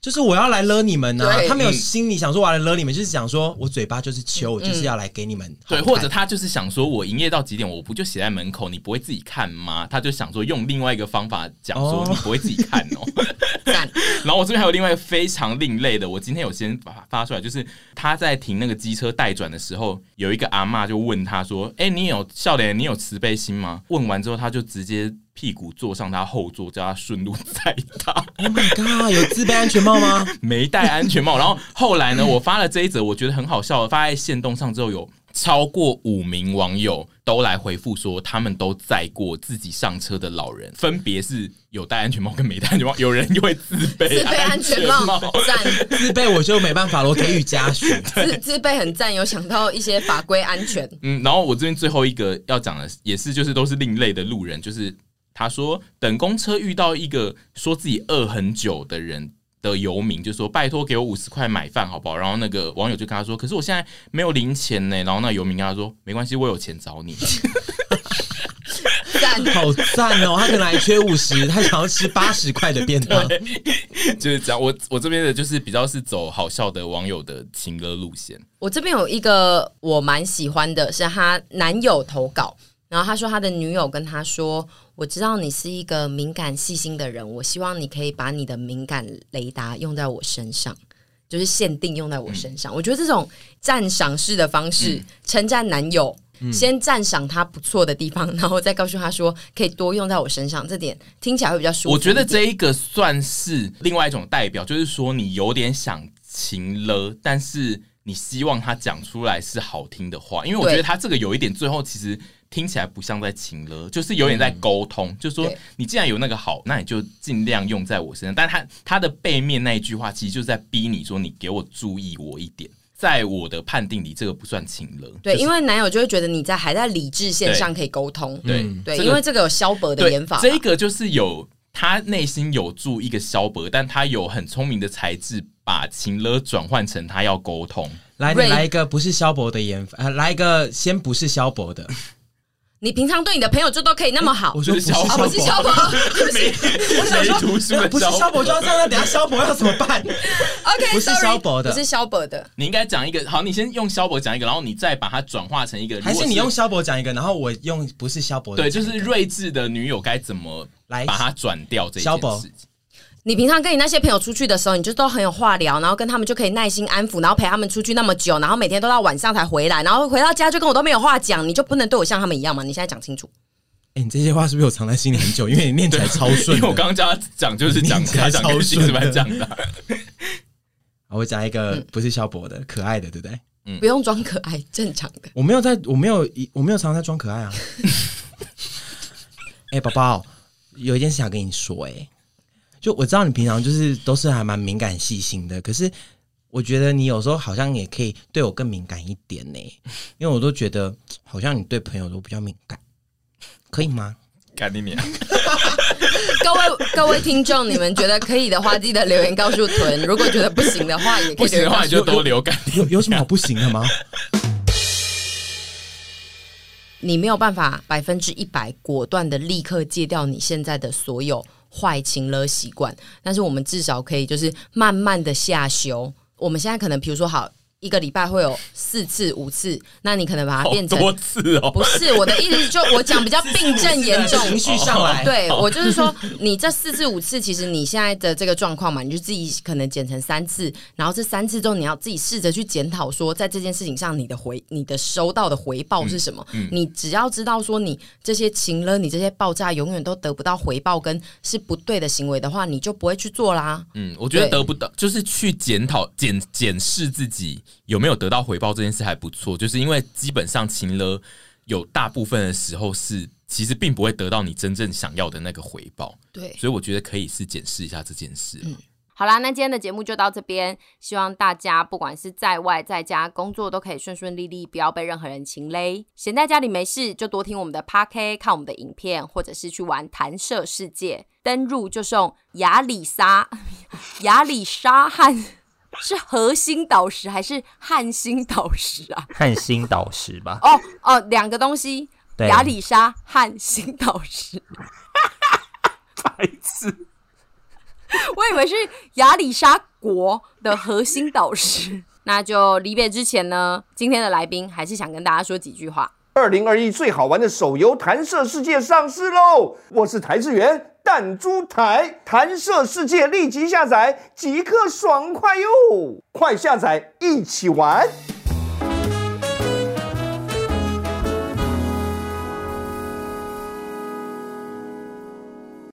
就是我要来勒你们呢、
对
他没有心里想说我要来勒你们，就是想说我嘴巴就是求，我就是要来给你们好
对，
看。
或者他就是想说，我营业到几点，我不就写在门口，你不会自己看吗？他就想说用另外一个方法讲说，
哦
你不会自己看 哦。
赞，
然后我这边还有另外一个非常另类的，我今天有先发发出来，就是他在停那个机车待转的时候，有一个阿嬷就问他说：“哎、你有笑脸，你有慈悲心吗？”问完之后，他就直接屁股坐上他后座，叫他顺路载他。
Oh my god，有自备安全帽吗？
没戴安全帽。然后后来呢，我发了这一则，我觉得很好笑，发在线动上之后，有超过五名网友都来回复说，他们都载过自己上车的老人，分别是有戴安全帽跟没戴安全帽，有人又会自备
自备哎安全帽，赞。
自备我就没办法了，我给予嘉许。
自自备很赞，有想到一些法规安全，
嗯，然后我这边最后一个要讲的也是，就是都是另类的路人，就是他说等公车遇到一个说自己饿很久的人的游民，就说拜托给我五十块买饭好不好？然后那个网友就跟他说，可是我现在没有零钱呢。然后那游民跟他说，没关系，我有钱找你。
赞。
好赞哦！他可能还缺五十，他想要吃八十块的便当。
就是这样，我我这边的就是比较是走好笑的网友的情歌路线，
我这边有一个我蛮喜欢的，是她男友投稿，然后他说他的女友跟他说：“我知道你是一个敏感细心的人，我希望你可以把你的敏感雷达用在我身上。”就是限定用在我身上，我觉得这种赞赏式的方式，称赞男友，
嗯
先赞赏他不错的地方，然后再告诉他说可以多用在我身上，这点听起来会比较舒服一
我
点。
觉得这一个算是另外一种代表，就是说你有点想情了，但是你希望他讲出来是好听的话，因为我
对
觉得他这个有一点最后其实听起来不像在情了，就是有点在沟通，就是
嗯
说
对
你既然有那个好，那你就尽量用在我身上，但他他的背面那一句话其实就是在逼你说你给我注意我一点，在我的判定里，这个不算情了。
对，因为男友就会觉得你在还在理智线上可以沟通，
对
对，
这个
因为这个有肖伯的
对，
演法嘛，
这个就是有他内心有住一个萧伯，但他有很聪明的才智，把情勒转换成他要沟通。
来，你
瑞
来一个不是萧伯的研发，呃来一个先不是萧伯的。
你平常对你的朋友就都可以那么好
我，说不是
就是
啊，
萧
不是
伯，哦
肖伯
没没读书的
不是萧
萧伯
伯就。要这样，那等下萧伯要怎么办？
，OK，
不是
sorry，
肖伯的
不是肖伯的，
你应该讲一个好，你先用萧伯讲一个，然后你再把它转化成一个，
还是你
如
用
果
萧伯讲一个，然后我用不是萧伯的
对，
讲一个？
就是睿智的女友该怎么
来
把它转掉这
萧
件
伯
事情。
你平常跟你那些朋友出去的时候，你就都很有话聊，然后跟他们就可以耐心安抚，然后陪他们出去那么久，然后每天都到晚上才回来，然后回到家就跟我都没有话讲，你就不能对我像他们一样吗？你现在讲清楚。
哎、你这些话是不是有藏在心里很久？因为你念起来超顺的。
因为我刚刚叫他讲，就是讲
你
他讲
超
跟
顺
新
的
是班讲的啊，
好我讲一个
嗯
不是萧博的，可爱的，对不 对？
不用装可爱，正常的。
我没有在，我没有，我没有常常在装可爱啊。哎、宝宝，有一件事想跟你说、哎，就我知道你平常就是都是还蛮敏感细心的，可是我觉得你有时候好像也可以对我更敏感一点呢、因为我都觉得好像你对朋友都比较敏感，可以吗？
干你 娘！
各位各位听众，你们觉得可以的话，记得留言告诉 屯；如果觉得不行的话，也可
不
以
行
留言
的
告
话
诉
你就多留干。
有有什么好不行的吗？
你没有办法百分之一百果断的立刻戒掉你现在的所有坏情勒习惯，但是我们至少可以就是慢慢的下修。我们现在可能比如说好一个礼拜会有四次五次，那你可能把它
好
变成
多次哦，
不是我的意思，就我讲比较病症严重，
情绪上来，哦
对我就是说，你这四至五次，其实你现在的这个状况嘛，你就自己可能减成三次，然后这三次之后，你要自己试着去检讨，说在这件事情上你的回、你的收到的回报是什么。
嗯
你只要知道说你这些情了，你这些爆炸永远都得不到回报，跟是不对的行为的话，你就不会去做啦。
嗯，我觉得
对
得不到，就是去检讨、检检视自己有没有得到回报这件事还不错，就是因为基本上情了有大部分的时候是其实并不会得到你真正想要的那个回报，
对，
所以我觉得可以是检视一下这件事啊。
好啦，那今天的节目就到这边，希望大家不管是在外在家工作，都可以顺顺利利，不要被任何人情勒。闲在家里没事，就多听我们的 p a r k 看我们的影片，或者是去玩弹射世界。登入就送亚里沙，亚里沙汉 是核心导师还是汉心导师啊？
看新导师吧。
哦哦，两个东西，
对
亚里沙和新导师。
白痴。
我以为是亚里沙国的核心导师。那就离别之前呢，今天的来宾还是想跟大家说几句话。
二零二一最好玩的手游《弹射世界》上市喽！我是台志源，弹珠台，《弹射世界》立即下载，即刻爽快哟！快下载，一起玩！